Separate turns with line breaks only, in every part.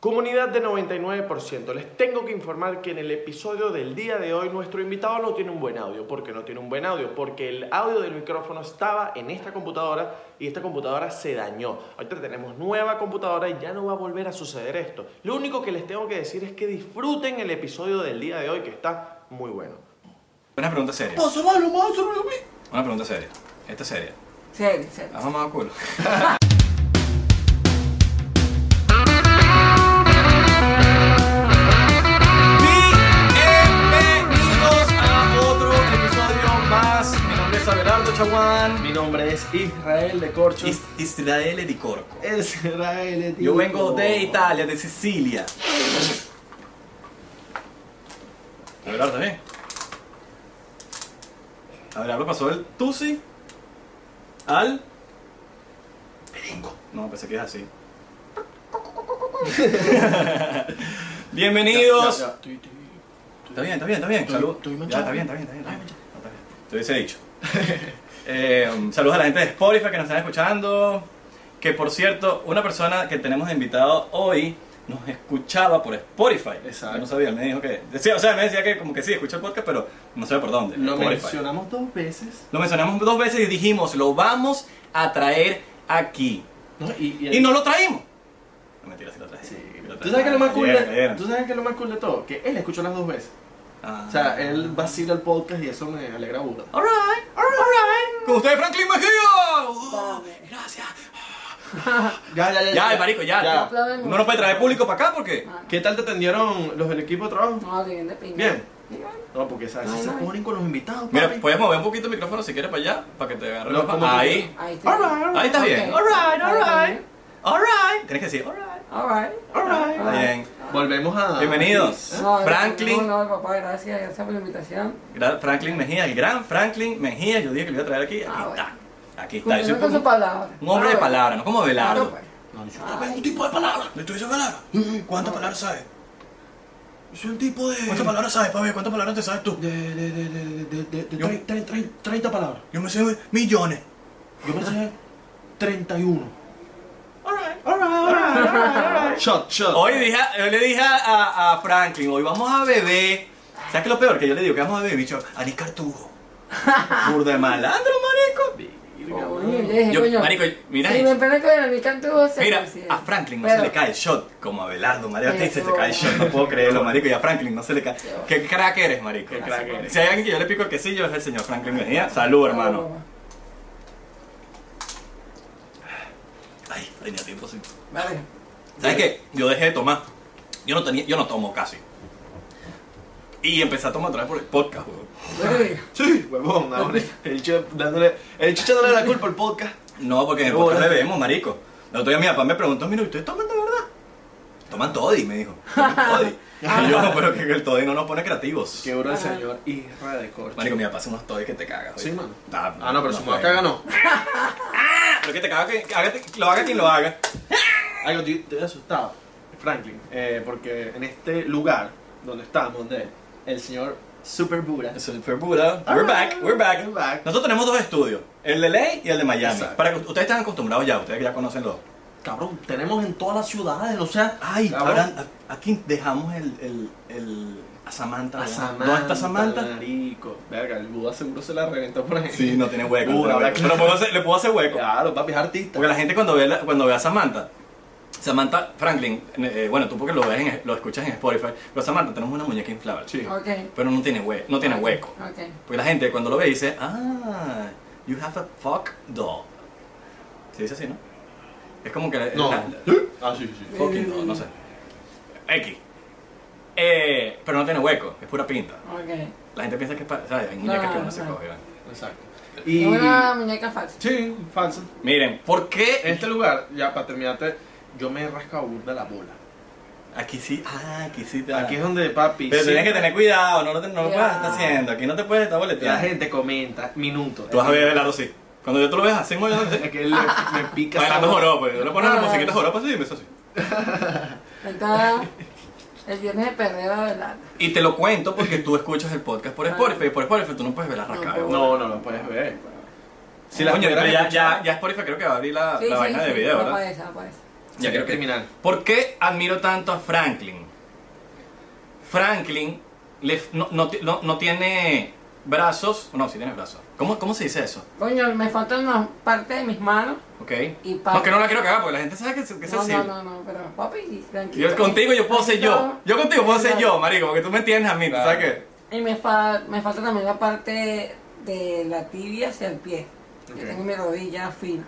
Comunidad de 99%, les tengo que informar que en el episodio del día de hoy nuestro invitado no tiene un buen audio. ¿Por qué no tiene un buen audio? Porque el audio del micrófono estaba en esta computadora y esta computadora se dañó. Ahorita tenemos nueva computadora y ya no va a volver a suceder esto. Lo único que les tengo que decir es que disfruten el episodio del día de hoy que está muy bueno.
Una pregunta seria.
Pasa, mano, pasa, mano, mi-
Una pregunta seria. Esta es seria.
Serio, serio.
¿Has mamado culo? Bienvenidos a otro episodio más. Mi nombre es Abelardo Chaguán.
Mi nombre es Israel de Corcho.
Is- Israel Edicorco.
Israel de
Yo vengo de Italia, de Sicilia. Abelardo, ¿eh? Abelardo pasó el Tusi al. Peringo. No, pensé que es así. Bienvenidos.
Estoy- estoy-
Está bien, está bien, está bien.
Estoy-
Salud.
estoy
Ya,
manchado.
está bien, está bien, está bien. Está bien. No, está bien. Te hubiese dicho. Eh, saludos a la gente de Spotify que nos están escuchando. Que por cierto, una persona que tenemos de invitado hoy nos escuchaba por Spotify.
Exacto.
Yo no sabía, él me dijo que. Decía, o sea, me decía que como que sí, escucha el podcast, pero no sabía por dónde.
Lo
Spotify.
mencionamos dos veces.
Lo mencionamos dos veces y dijimos, lo vamos a traer aquí.
¿no? Y, y-
Y no lo traímos. No, mentira, sí lo trajimos.
Sí.
Sí lo
¿Tú sabes que lo más cool
Ayer,
de,
ayer.
¿tú sabes qué es lo más cool de todo? Que él escuchó las dos veces.
Ah.
O sea, él vacila el podcast y eso me alegra burda.
Alright, alright. Con ustedes Franklin Mejía. Uh,
Vale.
Gracias.
Ya, ya,
Ya, el marico, ya.
Ya.
ya. Uno no puede traer público para acá porque.
Ah,
¿Qué tal te atendieron los del equipo de trabajo?
No, que bien de pinga.
Bien.
Y bueno,
No, porque ¿sabes?
Ay,
se
ay.
ponen con los invitados.
Mira, pues,
papi.
puedes mover un poquito el micrófono si quieres para allá, para que te agarre
No,
la-
como que-
Ahí.
Ahí está.
Alright, alright.
Ahí estás bien.
Ok.
Alright,
Ahí
alright.
está
Alright. Tienes que decir, alright.
Alright.
Alright.
Está Bien.
Volvemos a. ¿Eh?
Bienvenidos.
No,
Franklin.
No, no, papá, gracias. Gracias por la invitación.
Gra- Franklin Mejía, el gran Franklin Mejía. Yo dije que lo iba a traer aquí. Aquí
Ah,
está.
bueno.
Aquí está. Yo soy
Cumpliendo con su
un,
palabra.
un hombre de
Ah, bueno.
palabra, no como
Claro,
Abelardo.
pues.
No, yo
Ah.
Es un tipo de palabra. ¿Le estoy diciendo palabra? ¿Cuántas palabras sabes?
soy un tipo de.
¿Cuántas palabras sabes, papi? ¿Cuántas palabras te sabes tú?
De. De. De. De. de- de- de- de-
Yo-
tre- tre- tre- 30 palabras.
Yo me sé millones.
Yo pensé 31.
Alright.
Shot, shot.
Hoy dije, a- yo le dije a, a- a Franklin, hoy vamos a beber. ¿Sabes qué es lo peor? Que yo le digo que vamos a beber, bicho.
Ani Cartujo.
Burda de malandro, marico.
Coño, yo dije,
Yo-
coño.
marico, mira
Si
eso.
me pone con el Cantujo, se
Mira,
considera.
a Franklin no
Pero-
se le cae el shot como a Belardo, marico. A ti se te cae el
Eso.
shot, no puedo creerlo, marico. Y a Franklin no se le cae. ¿Qué crack eres, marico?
Qué crack eres.
Si hay alguien que yo le pico el quesillo es el señor Franklin Mejía. Salud, hermano. Ay, tenía tiempo sin.
Vale.
¿Sabes qué? Yo dejé de tomar. Yo no, tenía, yo no tomo casi. Y empecé a tomar otra vez por el podcast, weón.
Uy,
Sí, huevón, ahora. El chico dándole. El chico dándole la culpa al podcast.
No, porque en el
Pero
podcast
bueno.
bebemos, marico. El otro día mi papá me preguntó, mira, ¿ustedes toman de verdad? Toman toddy, me dijo. Toddy. Y yo, pero que el toddy no nos pone creativos.
Que duro el
Ajá.
señor Isra de Corcho.
Marico, mi papá hace unos toddy que te cagas.
Sí, mano.
Ah,
Ah, no, pero su mamá
puede. Ah,
caga no.
Pero que te caga, que, que haga- que lo haga quien lo haga.
Algo estoy, estoy asustado, Franklin, eh, porque en este lugar donde estamos, donde el señor Super Buda.
Eso es pura.
Ah.
We're back, we're back.
We're back.
Nosotros tenemos dos estudios, el de Ley y el de Miami.
Exacto.
Para que ustedes están acostumbrados ya, ustedes que ya conocen los.
Cabrón, tenemos en todas las ciudades, o sea,
Ay,
Cabrón.
ahora aquí dejamos el, el, el a
a
Samantha. ¿no?
Samantha,
¿Dónde está Samantha?
Marico. Verga, el Buda seguro se la reventó por ahí.
Sí, no tiene hueco.
Buda,
no tiene
¿verdad?
hueco. Pero puedo hacer- le puedo hacer hueco.
Claro, papi, es artista.
Porque la gente cuando ve, la- cuando ve a Samantha, Samantha Franklin, eh, bueno, tú porque lo, ves en- lo escuchas en Spotify, pero Samantha tenemos una muñeca inflable,
Sí. Ah,
Ok.
pero no tiene, hue- no tiene
Ok,
hueco.
Ok.
Porque la gente cuando lo ve dice, ah, you have a fuck doll. Se dice así, ¿no? Es como que...
No.
la-
Ah, sí, sí.
fucking doll, no sé. X. Eh, pero no tiene hueco, es pura pinta.
Ok.
La gente piensa que es para... ¿Sabes? Hay muñecas
No,
que uno se
no.
coge. ¿vale?
Exacto.
Es
Y.
una muñeca falsa.
Sí, falsa.
Miren, ¿por qué
En este lugar, ya para terminarte, yo me he rascado burda la bola.
Aquí sí, ah, aquí sí te
Aquí es donde papi.
Pero tenías
siempre
que tener cuidado, no lo, te- no lo
Ya.
puedes estar haciendo, aquí no te puedes estar
La
boleteando.
gente comenta, minutos.
Tú vas a ver Abelardo sí. Cuando yo te lo veas así, muy
Es que él le- me pica.
Bailando
sabor.
joropo, yo le pones la
Ah.
musiquita pues, joropo así y empiezo así.
Está el viernes de perreo de la.
Y te lo cuento porque tú escuchas el podcast por Spotify, y por Spotify tú no puedes ver la rascada. de
Ah. No,
bola.
No, no lo puedes ver. pues. Si las
Coño,
pudieras
pero ya,
escuchar-
ya, ya Spotify creo que va a abrir la, la vaina de video,
No
¿verdad?
puede ser, no puede ser.
Ya creo que-
criminal.
¿Por qué admiro tanto a Franklin? Franklin le- no, no ti- no- no tiene brazos. No, sí tiene brazos. ¿Cómo, cómo se dice eso?
Coño, me faltan las partes de mis manos.
¿Ok?
Y pa-
No, que no la quiero cagar porque la gente sabe que, que es
No,
así.
no, no, no, pero papi, tranquilo.
Yo contigo yo puedo ser yo. Yo contigo puedo ser yo, marico, porque tú me entiendes a mí, ¿tú ¿sabes qué?
Y me, fa- me falta también la parte de la tibia hacia el pie.
Ok.
Yo tengo mi rodilla fina.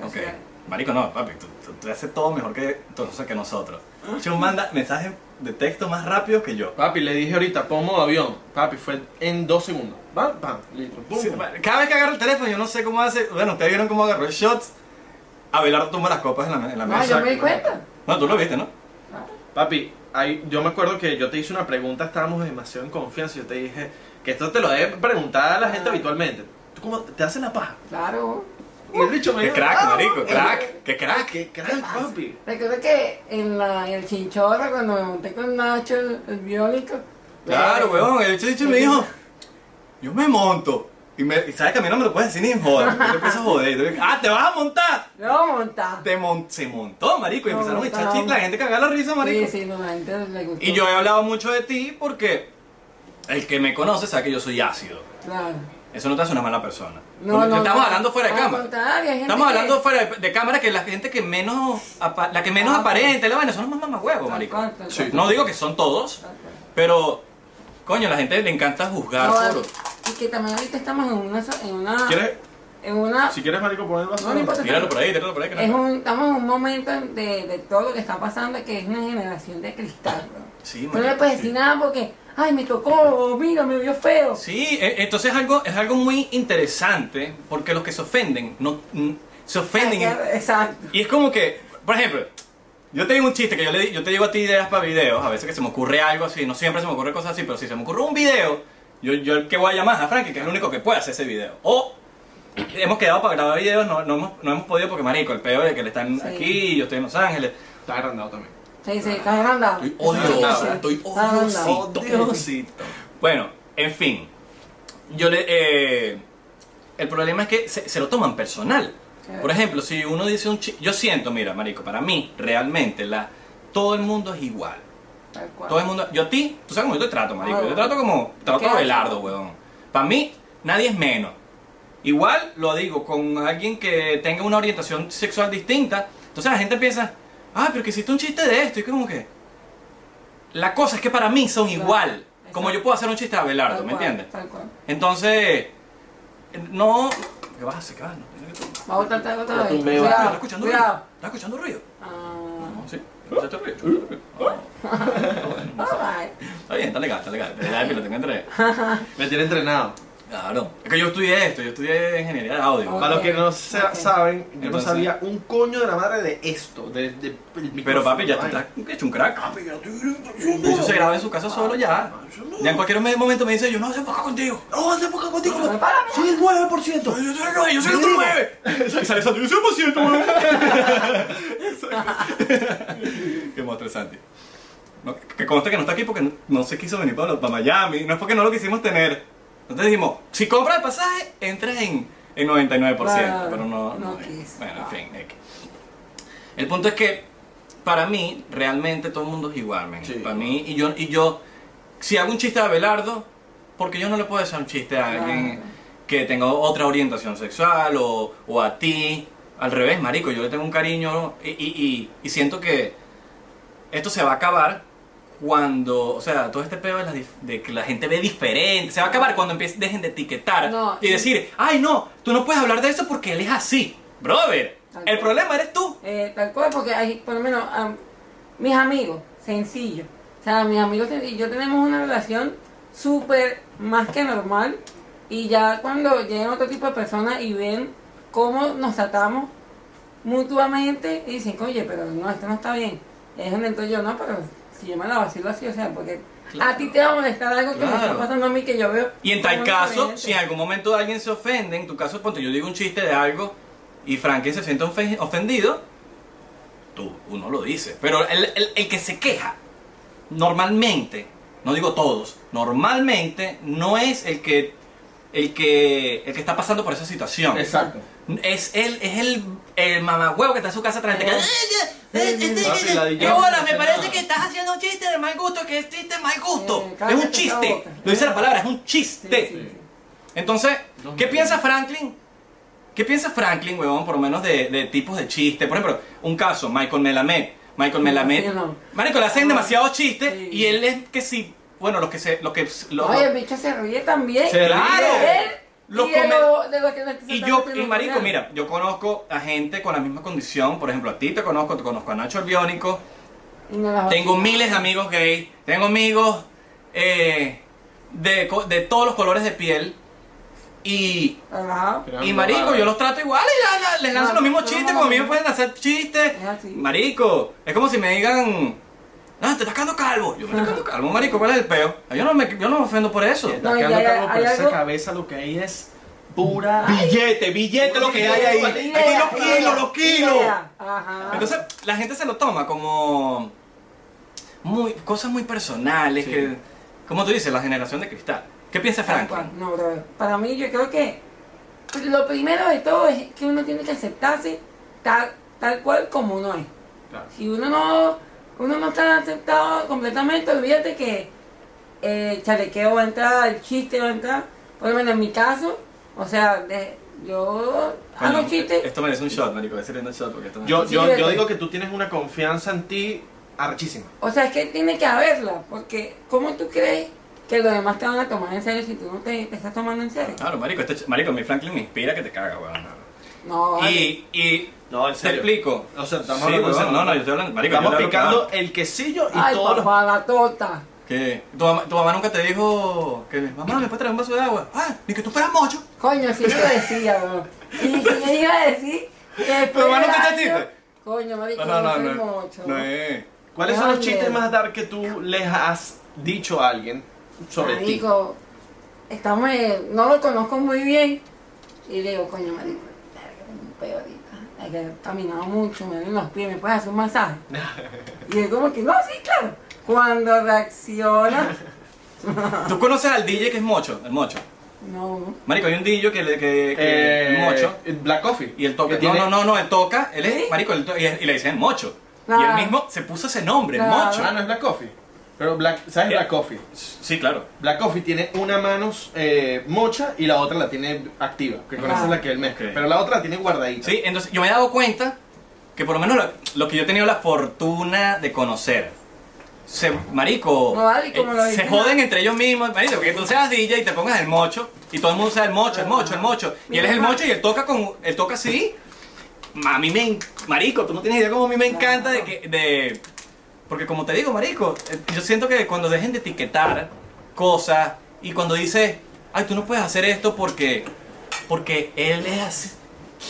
O
Ok.
sea,
Marico, no, papi, tú, tú- tú haces todo mejor que, tú- o sea, que nosotros.
¿Ah?
Chum manda mensajes de texto más rápido que yo.
Papi, le dije ahorita, pon modo avión. Papi, fue en dos segundos. Pam, pam, listo. Pum,
Sí,
pum.
ma- cada vez que agarro el teléfono, yo no sé cómo hace. Bueno, ustedes vieron cómo agarró el shot. Abelardo tumba las copas en la, en la
No,
mesa.
yo Ah, me di cuenta.
No, tú lo viste, ¿no?
Papi, ahí- yo me acuerdo que yo te hice una pregunta, estábamos demasiado en confianza. Yo te dije que esto te lo debe preguntar a la gente
Ah.
habitualmente. ¿Tú cómo te haces la paja?
Claro.
Y el bicho me
Qué
dijo,
crack,
"Ah,
marico, crack, qué
crack,
crack.
qué crack, papi.
Recuerdo que en, la, en el chinchorro, cuando me monté con Nacho, el, el biónico.
Claro,
eh,
weón, el bicho- bicho me dijo, yo me monto. Y, me, y sabes que a mí no me lo puedes decir ni en joder. Yo te empiezo a joder. y te digo, ah, te vas a montar.
No, monta.
Te mon- se montó, marico. Y
No,
empezaron a echar
no.
chistes, la gente cagaba la risa, marico.
Sí, sí, no, la gente le gustó.
Y yo he hablado mucho de ti porque el que me conoce sabe que yo soy ácido.
Claro.
Eso no te hace una mala persona. Porque estamos hablando fuera de
Al
cámara.
contrario, hay gente
Estamos
que-
hablando fuera de, de cámara que la gente que menos apa- la que menos
Ah,
aparente, la vaina, son los más mamahuevos,
Tal
marico.
cual, tal
Sí.
cual.
No digo que son todos, pero coño, la gente le encanta juzgar
No,
por-
y que también ahorita estamos en una. so- En una
¿Quieres?
En una
Si quieres, marico, pon el vaso.
No, no importa.
Tíralo por ahí, tíralo por ahí. que no-
es un, estamos en un momento de, de todo lo que está pasando que es una generación de cristal. bro.
Sí,
no le
marico,
puedes
sí.
decir nada porque, ay, me tocó, o mira, me vio feo.
Sí, e- entonces es algo, es algo muy interesante porque los que se ofenden, no, mm, se ofenden. y-
Exacto.
Y es como que, por ejemplo, yo te digo un chiste que yo, le, di- yo te digo a ti ideas para videos, a veces que se me ocurre algo así, no siempre se me ocurre cosas así, pero si se me ocurre un video, yo, yo el que voy a llamar es a Frankie, que es el único que puede hacer ese video. O hemos quedado para grabar videos, no, no, hemos, no hemos podido porque, marico, el peor es que le están
Sí.
aquí, yo estoy en Los Ángeles.
Está agrandado también.
Sí, sí, está agrandado.
Ah, Estoy
agrandado,
odioso,
Sí, sí,
estoy
está agrandado.
odiosito.
Diosito.
Bueno, en fin, yo le... eh, el problema es que se, se lo toman personal.
Claro.
Por ejemplo, si uno dice un chiste, yo siento, mira, marico, para mí realmente la todo el mundo es igual.
Tal cual.
Todo el mundo, yo a ti, tú sabes cómo yo te trato, marico,
Ah,
yo te
bueno.
trato como trato a
Claro.
Belardo, weón. Para mí nadie es menos. Igual lo digo con alguien que tenga una orientación sexual distinta, entonces la gente piensa, "Ah, pero que hiciste un chiste de esto." Y como que la cosa es que para mí son
Claro.
igual. Como
Exacto.
yo puedo hacer un chiste a
Tal
Belardo, ¿me
cual,
entiendes?
Tal cual.
Entonces, no. ¿Qué vas a hacer? ¿Qué vas a hacer? No,
Va a botar tal otra
Lo
vez.
tumbeo.
Cuidado,
¿Estás escuchando ruido?
cuidado.
¿Estás escuchando ruido?
Ah,
No, sí. ¿Escuchaste ruido? ¿Escuchaste ruido? Ah, bueno, no sé.
all right.
Está bien, está legal, está legal. Está legal que lo tengo entre.
Me tiene entrenado.
Claro. Es que yo estudié esto, yo estudié ingeniería de audio.
Ok.
Ah,
Para los que no sa-
ok.
saben, yo no
Entonces-
sabía un coño de la madre de esto. De, de- el
Pero
micrófono.
papi, ya tú
Ay.
estás hecho un crack.
Papi, yo estoy...
Y Eso se graba en su casa solo ya. Ya en cualquier me- momento me dice, yo no hace poca contigo.
No, hace poco contigo.
No, para,
Soy el 9%.
Yo soy el nueve, yo soy el otro nueve. Y Sale Santi, yo soy el paciente, weón. Exacto. Qué monstruo es Santi. No, que- que conste que no está aquí porque no, no se quiso venir para, para Miami. No es porque no lo quisimos tener. Entonces dijimos, si compras el pasaje, entras en, en 99%.
Claro,
pero no.
no
eh,
quiso.
Bueno, en fin. eh, que- El punto es que para mí, realmente todo el mundo es igual, men.
Sí.
Para mí, y yo, y yo, si hago un chiste a Belardo, porque yo no le puedo hacer un chiste a alguien
Claro.
que tenga otra orientación sexual o, o a ti. Al revés, marico, yo le tengo un cariño ¿no? y, y- y- y siento que esto se va a acabar cuando, o sea, todo este pedo de, las dif- de que la gente ve diferente, se va a acabar cuando empiecen, dejen de etiquetar
No,
y
y-
decir, ay no, tú no puedes hablar de eso porque él es así. Brother,
Tal
el
cual.
problema eres tú.
Eh, tal cual, porque hay, por lo menos, am, mis amigos, sencillo. O sea, mis amigos sen- y yo tenemos una relación súper más que normal. Y ya cuando llegan otro tipo de personas y ven cómo nos tratamos mutuamente, y dicen, oye, pero no, esto no está bien. Y ahí es donde entonces yo, no, pero si yo me la vacilo así, o sea, porque a
Claro.
ti te va a molestar algo que me
Claro.
está pasando a mí que yo veo.
Y en tal
como
caso,
diferente.
si en algún momento alguien se ofende, en tu caso, ponte, yo digo un chiste de algo y Frankie se siente ofe- ofendido, tú, uno lo dice. Pero el, el- el que se queja, normalmente, no digo todos, normalmente no es el que el que, el que está pasando por esa situación.
Exacto.
Es el, es el, el mamahuevo que está en su casa tras de que-
Oh. Papi, la di-
Eh, hola, me parece que estás haciendo un chiste de mal gusto, que es chiste de mal gusto.
Eh,
es
cállate
un
esa
chiste.
boca.
Lo dice la palabra, es un
Sí,
chiste.
sí, sí.
Entonces, ¿qué piensa Franklin? ¿Qué piensa Franklin, huevón, por lo menos de, de tipos de chistes? Por ejemplo, un caso, Michael Melamed. Michael Melamed.
sí, no.
Marico, le hacen demasiados chistes
Sí.
y él es que sí. Bueno, los que se. Los que, los-
Oye, el bicho se ríe también.
Se
Claro.
ríe.
Él
Los
y de
come-
lo- de lo que se
y
está
yo,
metiendo
y marico,
con él.
mira, yo conozco a gente con la misma condición. Por ejemplo, a ti te conozco, te conozco a Nacho el Biónico.
Y me la-
Tengo miles de amigos gay, tengo amigos eh, de, co- de todos los colores de piel. Y,
Relajado.
y marico, yo los trato igual y la- la- les lanzo
No,
los mismos
no,
chistes,
no,
como a mí
no.
me pueden hacer chistes.
Es así.
Marico, es como si me digan, no, te estás quedando calvo. Yo me estoy quedando calvo, marico, ¿cuál es el peo? Yo no me, yo no me ofendo por eso.
Está
No, ya,
quedando
ya,
calvo,
hay
pero esa
algo-
cabeza lo que hay es pura.
Billete, billete lo que hay ahí. Aquí
Idea,
los kilos, los
idea.
kilos.
Ajá.
Ah. Entonces, la gente se lo toma como muy cosas muy personales
Sí.
que como tú dices, la generación de cristal. ¿Qué piensa
Tal
Franklin?
cual. No, brother. Para mí, yo creo que pues, lo primero de todo es que uno tiene que aceptarse tal, tal cual como uno es.
Claro.
Si uno no, uno no está aceptado completamente, olvídate que eh, el chalequeo va a entrar, el chiste va a entrar. Por lo menos en mi caso, o sea, de- yo
Bueno, eh,
hago chistes.
Esto merece un shot, marico, ese merece un shot porque esto
Yo,
Sí,
yo, yo
¿verdad?
digo que tú tienes una confianza en ti archísima.
O sea, es que tiene que haberla, porque ¿cómo tú crees que los demás te van a tomar en serio si tú no te, te estás tomando en serio?
Claro, marico, este ch- marico, mi Franklin me inspira que te caga, weón.
No, vale.
Y y
No, en
te explico.
O sea, estamos
Sí,
hablando en
weón,
serio.
no, no, yo estoy hablando, marico, yo
Estamos
le hablo
picando
claro.
el quesillo y
Ay,
todos los...
papá, la tota.
¿Qué? ¿Tu mamá, tu mamá nunca te dijo que mamá me puede traer un vaso de agua. Ah, ni que tú fueras mocho.
Coño, si yo lo decía, bro. Si, si yo iba a decir que después
Pero, mano,
de
¿tú te
años-
chiste?
Coño, marico,
No, no, no,
soy
no.
mocho.
No eh, es.
¿Cuáles son los
Oye.
chistes más dark que tú les has dicho a alguien sobre ti?
marico, estamos en- no lo conozco muy bien. Y le digo, coño, marico, verga, un pedo ahorita. Hay que haber caminado mucho, me duelen los pies, ¿me puedes hacer un masaje? y él como que, no, sí, claro. Cuando reacciona,
¿Tú conoces al DJ que es mocho? El mocho.
no,
Marico, hay un DJ que le que, que
Eh,
mocho
Black Coffee.
y él toca.
Que tiene-
No, no, no, no, él toca, él es
¿Sí?
marico, él to- y, él- y le dicen mocho. Y
Ah.
él mismo se puso ese nombre,
Ah.
mocho.
Ah, no es Black Coffee. Pero Black, ¿sabes
Eh.
Black Coffee?
Sí, claro.
Black Coffee tiene una mano eh, mocha y la otra la tiene activa, que con
Ah.
esa es la que él mezcla.
Ok.
Pero la otra la tiene guardadita.
Sí, entonces yo me he dado cuenta que por lo menos lo, lo que yo he tenido la fortuna de conocer. Se, marico, eh,
No, vale, como lo
se
dicen.
joden entre ellos mismos, marico, que tú seas DJ y te pongas el mocho y todo el mundo sea el mocho, el mocho, el mocho. Y
Mi
él es el
mamá-
mocho y él toca con él toca así. A mí me en- marico, tú no tienes idea cómo a mí me encanta de que de porque como te digo, marico, eh, yo siento que cuando dejen de etiquetar cosas y cuando dices, "Ay, tú no puedes hacer esto porque porque él es así.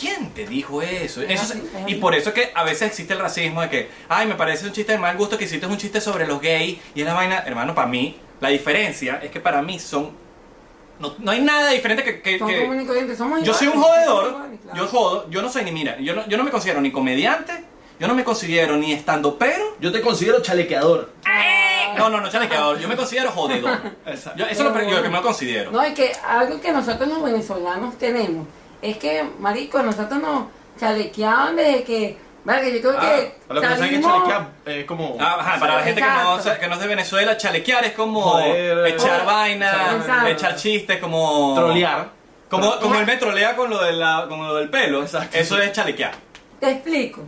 ¿Quién te dijo eso?
Es
Eso
así,
se-
es
y
así.
por eso es que a veces existe el racismo de que, ay, me parece un chiste de mal gusto que hiciste un chiste sobre los gays y es la vaina, hermano, para mí, la diferencia es que para mí son, no, no hay nada diferente que... que-
son
que-
comunes y corrientes, somos
yo soy un
iguales,
jodedor,
somos iguales, claro.
yo jodo, yo no soy ni, mira, yo no, yo no me considero ni comediante, yo no me considero ni estando pero...
Yo te considero chalequeador.
No, no, no, chalequeador, yo me considero jodedor.
Exacto.
Yo- eso es lo, que- yo que me lo considero.
No, es que algo que nosotros los venezolanos tenemos es que, marico, nosotros nos chalequeaban desde que, vale, yo creo
Ah,
que
a lo que pasa es que
salimos-
chalequea eh, como...
Ah, Ajá, para la gente que no,
Exacto.
que no es de Venezuela, chalequear es como
Joder.
echar
Joder.
vaina,
Exacto.
echar chistes, como.
trolear.
Como, como él me trolea con lo, de la, con lo del pelo. Eso es chalequear.
Te explico.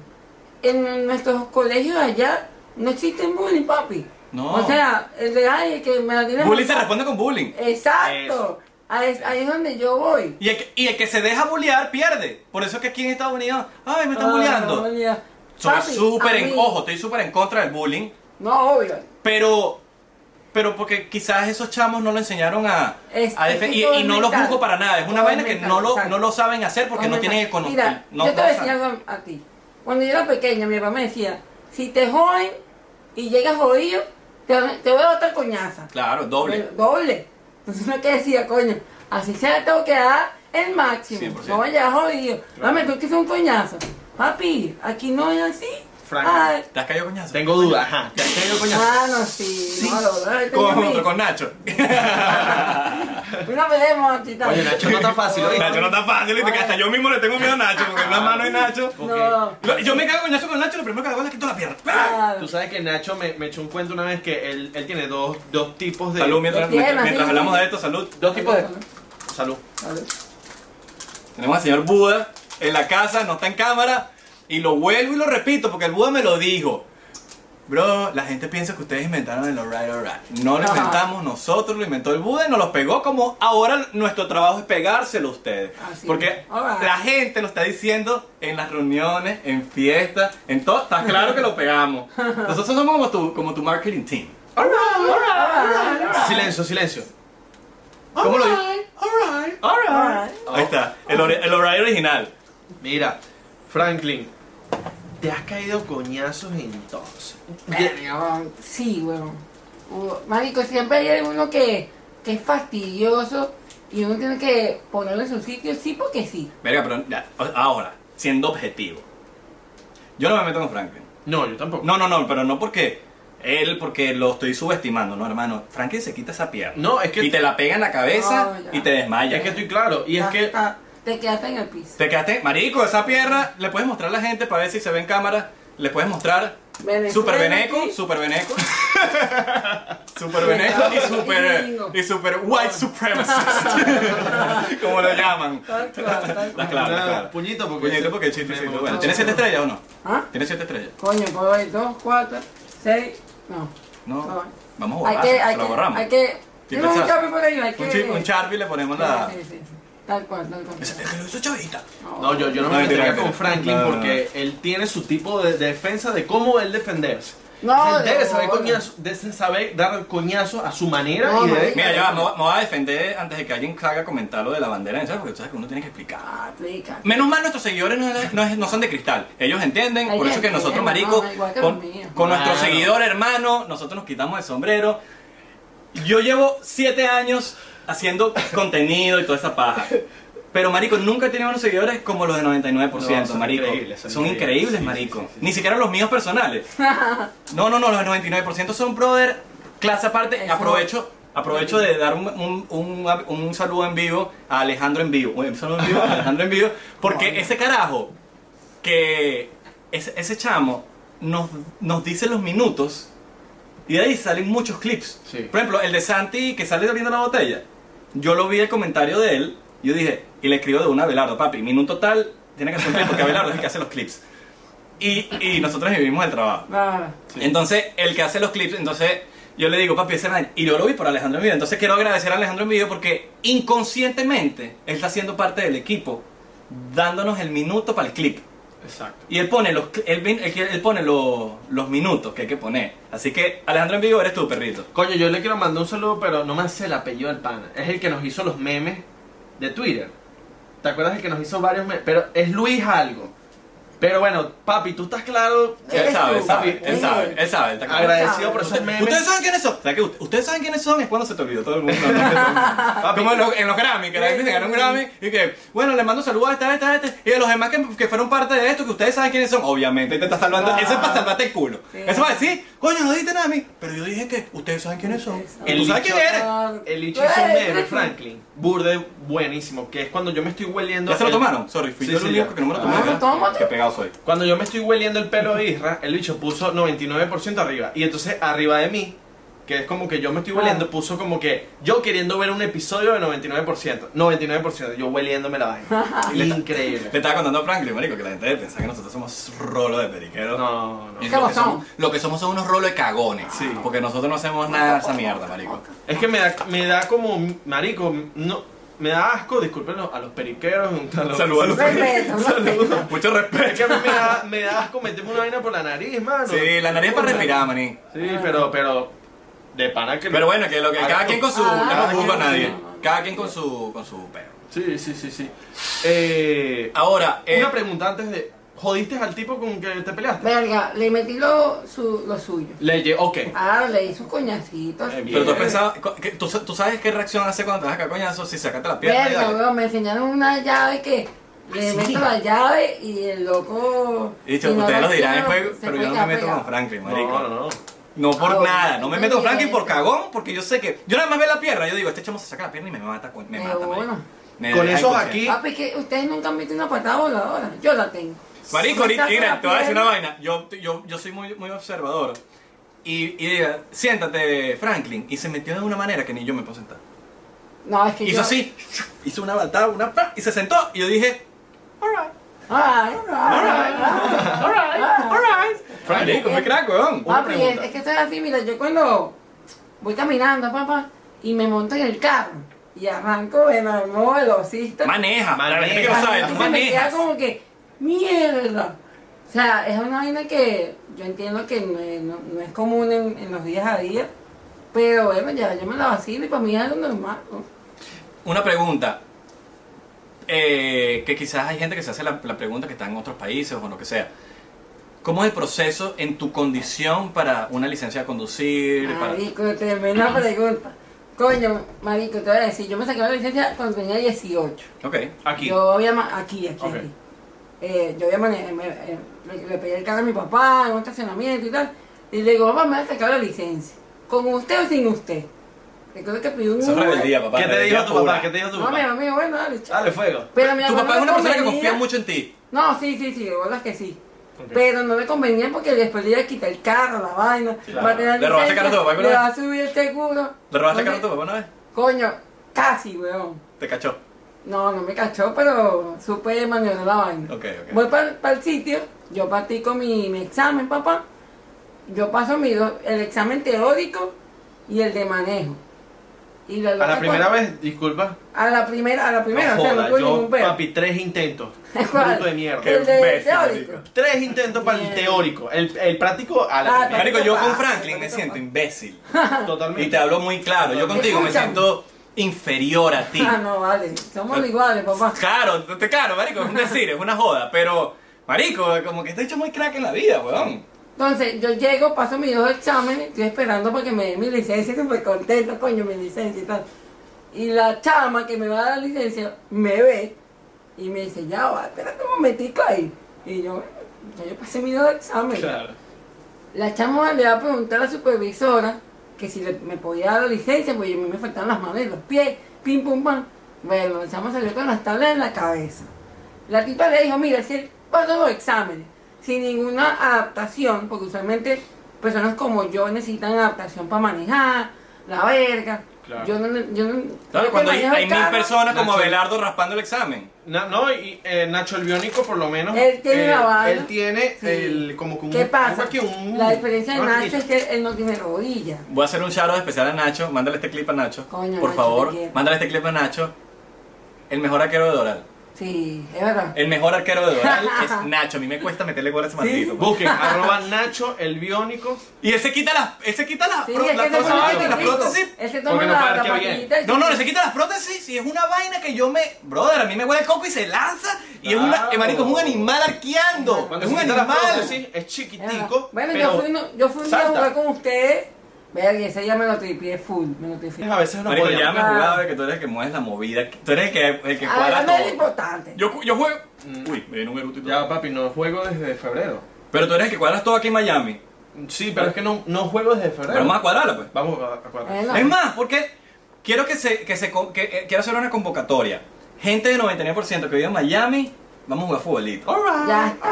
En nuestros colegios allá no existe bullying, papi.
No.
O sea, el de ay, el que me la tiene
Bullying se
montada.
responde con bullying.
Exacto. Ahí, es- ahí es donde yo voy.
Y el, que, y el que se deja bullear pierde. Por eso es que aquí en Estados Unidos, ay, me están
Ah,
bulleando.
bulleando.
Soy
Papi,
súper
a
en.
mí-
Ojo, estoy súper en contra del bullying.
No, obvio.
Pero. Pero porque quizás esos chamos no lo enseñaron a.
Es-
a
es
defe-
que
y,
todo
y
es
no lo
mental.
juzgo para nada. Es una
Todo
vaina
es
que
mental,
no lo,
exacto.
no lo saben hacer porque no tienen el
Mira,
conocimiento.
yo te voy a decir algo a ti. Cuando yo era pequeña, mi papá me decía, si te joden y llegas jodido, te, van- te voy a dar otra coñaza.
Claro, doble.
Pero, Doble. Entonces uno que decía, coño, así se le tengo que dar el máximo.
100%.
No vaya jodido. No me tú que es un coñazo. Papi, aquí no es así.
Frank,
Ay,
¿Te has caído coñazo?
Tengo dudas, ajá.
¿Te has caído coñazo?
ah, no, sí. No, lo, lo, lo-
Con,
lo-
con Nacho.
Una pelea Pues aquí
Oye,
también.
Nacho no está fácil, ¿oíste?
Nacho no está fácil, ¿viste? Que hasta yo mismo le tengo miedo a Nacho, porque en una mano hay Nacho.
No.
Lo- Yo me cago con Nacho con Nacho, lo primero que hago es le quito la pierna. ¡Pah!
Claro.
Tú sabes que Nacho me, me echó un cuento una vez que él, él tiene dos, dos tipos de.
Salud, mientras,
Lo tiene,
mientras-
sí,
mientras
sí,
hablamos
sí.
de esto, salud.
Dos tipos de. Salud.
Salud.
Tenemos al señor Buda en la casa, no está en cámara. Y lo vuelvo y lo repito, porque el Buda me lo dijo. Bro, la gente piensa que ustedes inventaron el alright, alright. No lo
Ajá.
inventamos nosotros, lo inventó el Buda y nos los pegó como ahora nuestro trabajo es pegárselo a ustedes.
Así
Porque
es. Ah, Alright.
la gente lo está diciendo en las reuniones, en fiestas, en todo. Está claro que lo pegamos. Nosotros somos como tu, como tu marketing team.
Silencio, silencio.
¿Cómo lo dices?
Alright.
Alright. Ahí está, el, ori- el alright original.
Mira, Franklin, te has caído coñazos entonces.
Verga, Sí, weón. Hubo- Marico, siempre hay alguno que, que es fastidioso y uno tiene que ponerlo en su sitio, sí porque sí.
Verga, pero ya, o- ahora, siendo objetivo. Yo no me meto con Franklin.
No, yo tampoco.
No, no, no, pero no porque él, porque lo estoy subestimando, no, hermano. Franklin se quita esa pierna.
No, es que-
Y te la pega en la cabeza
Oh, ya.
y te desmaya.
Es que estoy claro, y es
Ya
que.
está, te quedaste en el piso.
Te quedaste, marico, esa pierna, le puedes mostrar a la gente para ver si se ve en cámara. Le puedes mostrar
Venezuela,
Super Beneco,
sí.
Super Beneco. super Beneco y Super, y super White Supremacist. como lo llaman.
Tal cual, tal
Las
cual.
claro,
Nada,
claro.
Puñito porque.
Puñete porque el chiste
me-
sí,
me
bueno.
gusta.
¿Tienes siete estrellas o no?
¿Ah?
¿Tienes siete estrellas?
Coño, puedo ver dos, cuatro, seis. No.
No.
No.
Vamos a
hay
borrar,
que, hay
Oh, ah, se lo
que,
borramos.
hay que.
Sí,
Tengo un
pensás.
chapi por ahí, hay que.
Un, chi- un Charby le ponemos la.
Sí, sí, sí. Tal cual, tal cual.
Es que lo hizo Chavita.
No, yo, yo no
No,
me
mentira,
metería con
mentira.
Franklin
No, no, no.
porque él tiene su tipo de defensa de cómo él defenderse.
No,
Él debe
no,
saber,
no.
coñazo, debe saber dar coñazo a su manera
No,
y debe.
marica.
Mira, yo ah, me voy- me voy a defender antes de que alguien haga comentar lo de la bandera, ¿sabes? Porque tú sabes que uno tiene que explicar.
Ah, explica.
Menos mal nuestros seguidores no, no- no son de cristal. Ellos entienden,
Ellos
por eso que
entienden,
nosotros, marico,
no, igual que
con,
los míos.
con nuestro
Claro.
seguidor hermano, nosotros nos quitamos el sombrero. Yo llevo siete años haciendo contenido y toda esa paja. Pero, marico, nunca he tenido unos seguidores como los de 99%,
No, son
marico.
increíbles,
son,
son
increíbles,
increíbles, sí,
marico.
sí, sí, sí.
Ni siquiera los míos personales. No, no, no, los 99% son brother, clase aparte.
Eso.
Aprovecho, aprovecho de dar un, un- un- un saludo en vivo a Alejandro en vivo. Un saludo en vivo a Alejandro en vivo. Porque ese carajo, que ese, ese chamo nos, nos dice los minutos y de ahí salen muchos clips.
Sí.
Por ejemplo, el de Santi que sale abriendo la botella. Yo lo vi el comentario de él, yo dije, y le escribo de una a Abelardo, papi, minuto tal, tiene que hacer un clip porque Abelardo es el que hace los clips. Y, y nosotros vivimos el trabajo.
Nada.
Entonces, el que hace los clips, entonces yo le digo, papi, ese man, y yo lo vi por Alejandro en video. Entonces, quiero agradecer a Alejandro en video porque inconscientemente él está siendo parte del equipo, dándonos el minuto para el clip.
Exacto.
Y él pone los, cl- él, vin- él quiere- él pone los, los minutos que hay que poner. Así que, Alejandro en vivo, eres tú, perrito.
Coño, yo le quiero mandar un saludo, pero no me hace el apellido del pana. Es el que nos hizo los memes de Twitter. ¿Te acuerdas el que nos hizo varios memes? Pero es Luis algo. Pero bueno, papi, tú estás claro.
Él
Eres
sabe,
tú,
él sabe,
papi,
él
eres
sabe,
él.
él sabe. él está claro.
Agradecido por esos memes.
¿Ustedes saben quiénes son? O sea, que usted- ustedes saben quiénes son es cuando se te olvidó todo el mundo. Como en los, en los Grammy, que la gente se ganó un Grammy y que, bueno, le mando saludos a esta, a esta, a esta, y a los demás que, que fueron parte de esto, que ustedes saben quiénes son. Obviamente, te está salvando. Eso es para salvarte el culo.
Sí.
Eso va a decir, coño, no dijiste nada a mí. Pero yo dije que ustedes saben quiénes son.
Ustedes
¿Y tú
saben.
sabes quién eres?
El
Ah, Tú
hecho hizo un
eres
meme,
Franklin.
Franklin. Burde, buenísimo. Que es cuando yo me estoy hueliendo.
¿Ya se lo
el-
tomaron? Sorry, fui
Sí,
yo
sí,
el
ya.
único que no me lo tomé.
Ah,
¿verdad?
tómate.
Qué pegado soy.
Cuando yo me estoy hueliendo el pelo de Isra, el bicho puso 99% arriba. Y entonces arriba de mí, que es como que yo me estoy hueliendo, puso como que yo queriendo ver un episodio de 99%. 99%, yo hueliéndome la vaina.
Te
Increíble.
estaba contando a Franklin, marico, que la gente piensa que nosotros somos rolo de periquero.
No, no.
Y
¿Qué
lo, que
pasó?
somos, lo que somos son unos rolos de cagones.
Sí.
Porque nosotros no hacemos nada de esa mierda, marico.
Es que me da, me da como, marico, no, me da asco, discúlpenlo, a los periqueros. a los-
Saludos a los
Respeto, respeto.
Mucho
Es que
respeto.
a mí me da, me da asco meterme una vaina por la nariz, mano.
Sí, la nariz es para respirar, maní.
Sí, pero, pero, de pana que...
Pero bueno, que lo que cada quien con su.
Ah,
cada
cada
quien
quien
con nadie.
con su-
Cada quien con su. con su peo.
Sí, sí, sí, sí. Eh...
Ahora, eh,
Una pregunta antes de. ¿Jodiste al tipo con que te peleaste?
Verga, le metí lo, su, lo suyo.
Le lle- ok.
Ah, le hizo un coñacito.
Eh, bien.
pero tú has pensado. co- que- ¿tú, sa- tú sabes qué reacción hace cuando te vas a cagar coñazo si sacaste la pierna? y
Verga,
dale?
weón, me enseñaron una llave que le meto la llave y el loco.
¿Ah, Y dicho,
si no
ustedes
la
lo dirán
quiero,
después,
se
pero
puede
yo no me
quedar
meto
pegado.
con Franklin,
No,
marico.
no, no.
No por
Ah,
nada, no me meto con Frankie
bien.
por cagón, porque yo sé que. Yo nada más veo la pierna, yo digo, este chamo se saca la pierna y me mata, con- me
De
mata,
una.
marico. Me
Con
deja
esos
inconsciente.
aquí.
Papi, es que ustedes nunca han visto una patada voladora. Yo la tengo.
Marico,
Me
ahorita,
saco
mira,
la
te voy a decir una
pierna.
vaina. Yo, yo, yo soy muy, muy observador. Y, y diga, siéntate, Franklin. Y se metió de una manera que ni yo me puedo sentar.
No, es que
Hizo
yo...
así, hizo una batada, una pa, y se sentó. Y yo dije,
Alright, alright, alright, alright.
Franklin, come crack, weón.
Una
Papi, es,
pregunta.
es que estoy así, mira, yo cuando voy caminando, papá, y me monto en el carro y arranco en el modo velocista.
Maneja, para la gente que
Maneja.
no sabe, tú
Entonces me queda
manejas.
como que, mierda. O sea, es una vaina que yo entiendo que no, es- no- no es común en, en los días a día, pero bueno, ya yo me la vacilo y para mí es algo normal. ¿no?
Una pregunta. eh, que quizás hay gente que se hace la, la pregunta que está en otros países o lo que sea. ¿Cómo es el proceso en tu condición para una licencia de conducir? para-
Marico, tremenda pregunta. Coño, marico, te voy a decir, yo me saqué la licencia cuando tenía 18.
Ok.
Aquí.
Yo había ma- aquí, aquí,
Ok.
aquí. Eh, yo había mane- me- eh, le, le pedí el carro a mi papá en un estacionamiento y tal. Y le digo, papá, me voy a sacar la licencia. ¿Con usted o sin usted? Recuerdo que pidió un
Eso es
Uber.
rebeldía, papá.
¿Qué te
rebeldía
dijo tu
pura.
papá? ¿Qué te dijo tu
No, mi
papá?
mamá me dijo, bueno, dale, chao.
Dale fuego.
Pero mi
Ah, Tu
mamá
papá
no
es una
le
persona que confía
convenía-
mucho en ti.
No, sí, sí, sí, de verdad que sí. Pero no me convenía porque después le iba a quitar el carro, la vaina.
Claro.
va a tener
Le robaste el carro a tu papá,
licencia,
¿verdad?
Le va a subir el seguro.
¿Le robaste
No
el
me-
carro a tu papá una vez?
Coño, casi, weón.
Te cachó.
No, no me cachó, pero supe maniobrar la vaina.
Ok, ok.
Voy para el sitio, yo practico mi, mi examen, papá. Yo paso mi do- el examen teórico y el de manejo. Y
A la
loca
primera
cuando-
vez, disculpa.
A la primera, a la primera,
no
o sea,
joda,
no tuve
yo,
ningún pedo.
papi, tres intentos.
¿Cuál?
Bruto de mierda.
El de
bestia,
teórico.
marico.
Tres intentos para el
Bien.
teórico. El, el práctico a la
Ah,
primera.
Marico, yo con
papá,
Franklin
te
me
toca,
siento
papá.
imbécil.
Totalmente.
Y te hablo muy claro. Yo contigo me
Escúchame.
siento inferior a ti.
Ah, no, vale. Somos
Pero-
iguales, papá.
Claro, te- claro, marico, es un decir, es una joda, pero marico, como que está hecho muy crack en la vida, weón.
Entonces, yo llego, paso mis dos exámenes, estoy esperando para que me den mi licencia, súper contento, coño, mi licencia y tal. Y la chama que me va a dar la licencia me ve y me dice, ya va, espérate un momentico ahí. Y yo, ya yo pasé mis dos exámenes. La chama le va a preguntar a la supervisora que si le- me podía dar la licencia, porque a mí me faltaban las manos y los pies, pim, pum, pam. Bueno, la chama salió con las tablas en la cabeza. La tipa le dijo, mira, si él pasó los exámenes sin ninguna adaptación, porque usualmente personas como yo necesitan adaptación para manejar, la verga.
Claro.
Yo no... Yo no
Claro,
yo
cuando
que
hay,
manejo el
hay mil
carro,
personas como
Nacho.
Abelardo raspando el examen.
Na- no, y eh, Nacho el Biónico, por lo menos.
Él tiene
eh,
la vaina.
Él tiene
Sí.
el, como que un.
¿Qué pasa?
algo aquí, un- Ah,
la diferencia de
algo aquí.
Nacho es que él no tiene rodilla.
Voy a hacer un shoutout especial a Nacho, mándale este clip a Nacho,
Coño,
por
Nacho,
favor,
te quiero.
mándale este clip a Nacho. El mejor arquero de Doral.
Sí, es verdad.
El mejor arquero de Doral es Nacho. A mí me cuesta meterle gol a ese maldito.
Busquen, arroba Nacho el Biónico.
Y él se quita las, él se quita las,
Sí,
pro-
es
las
que se
cosas,
pone
¿vale?
que
las
rico.
prótesis.
Él se
Porque
toma
no
la,
parquea
la
bien.
patillita y
No, no,
se-
le se quita las prótesis y es una vaina que yo me. Brother, a mí me huele el coco y se lanza. Y es una.
Claro.
eh, marico, es un animal arqueando.
Cuando
es
se
un
quita las
animal.
prótesis, es
Es verdad.
chiquitico.
Bueno,
pero
yo fui, uno- yo fui un día a
salta.
jugar con ustedes. Verga, ese ya me lo tripié full. Me lo tripié.
A veces no
Marico,
podía.
ya me
Claro.
jugaba de que tú eres el que mueves la movida. que Tú eres el que, el que
A ver,
cuadra
Ah, no es lo
todo.
importante.
Yo, ju- yo juego. Uy, me viene un eructo y todo.
Ya, papi, no juego desde febrero.
Pero tú eres el que cuadras todo aquí en Miami.
Sí, pero es que no, no juego desde febrero.
Pero vamos a cuadrarla, pues.
Vamos a, a cuadrar.
Bueno,
Es más, porque quiero que se, que se co- que, eh, quiero hacer una convocatoria. Gente del 99% que vive en Miami, vamos a jugar futbolito.
ya
Ah.
está.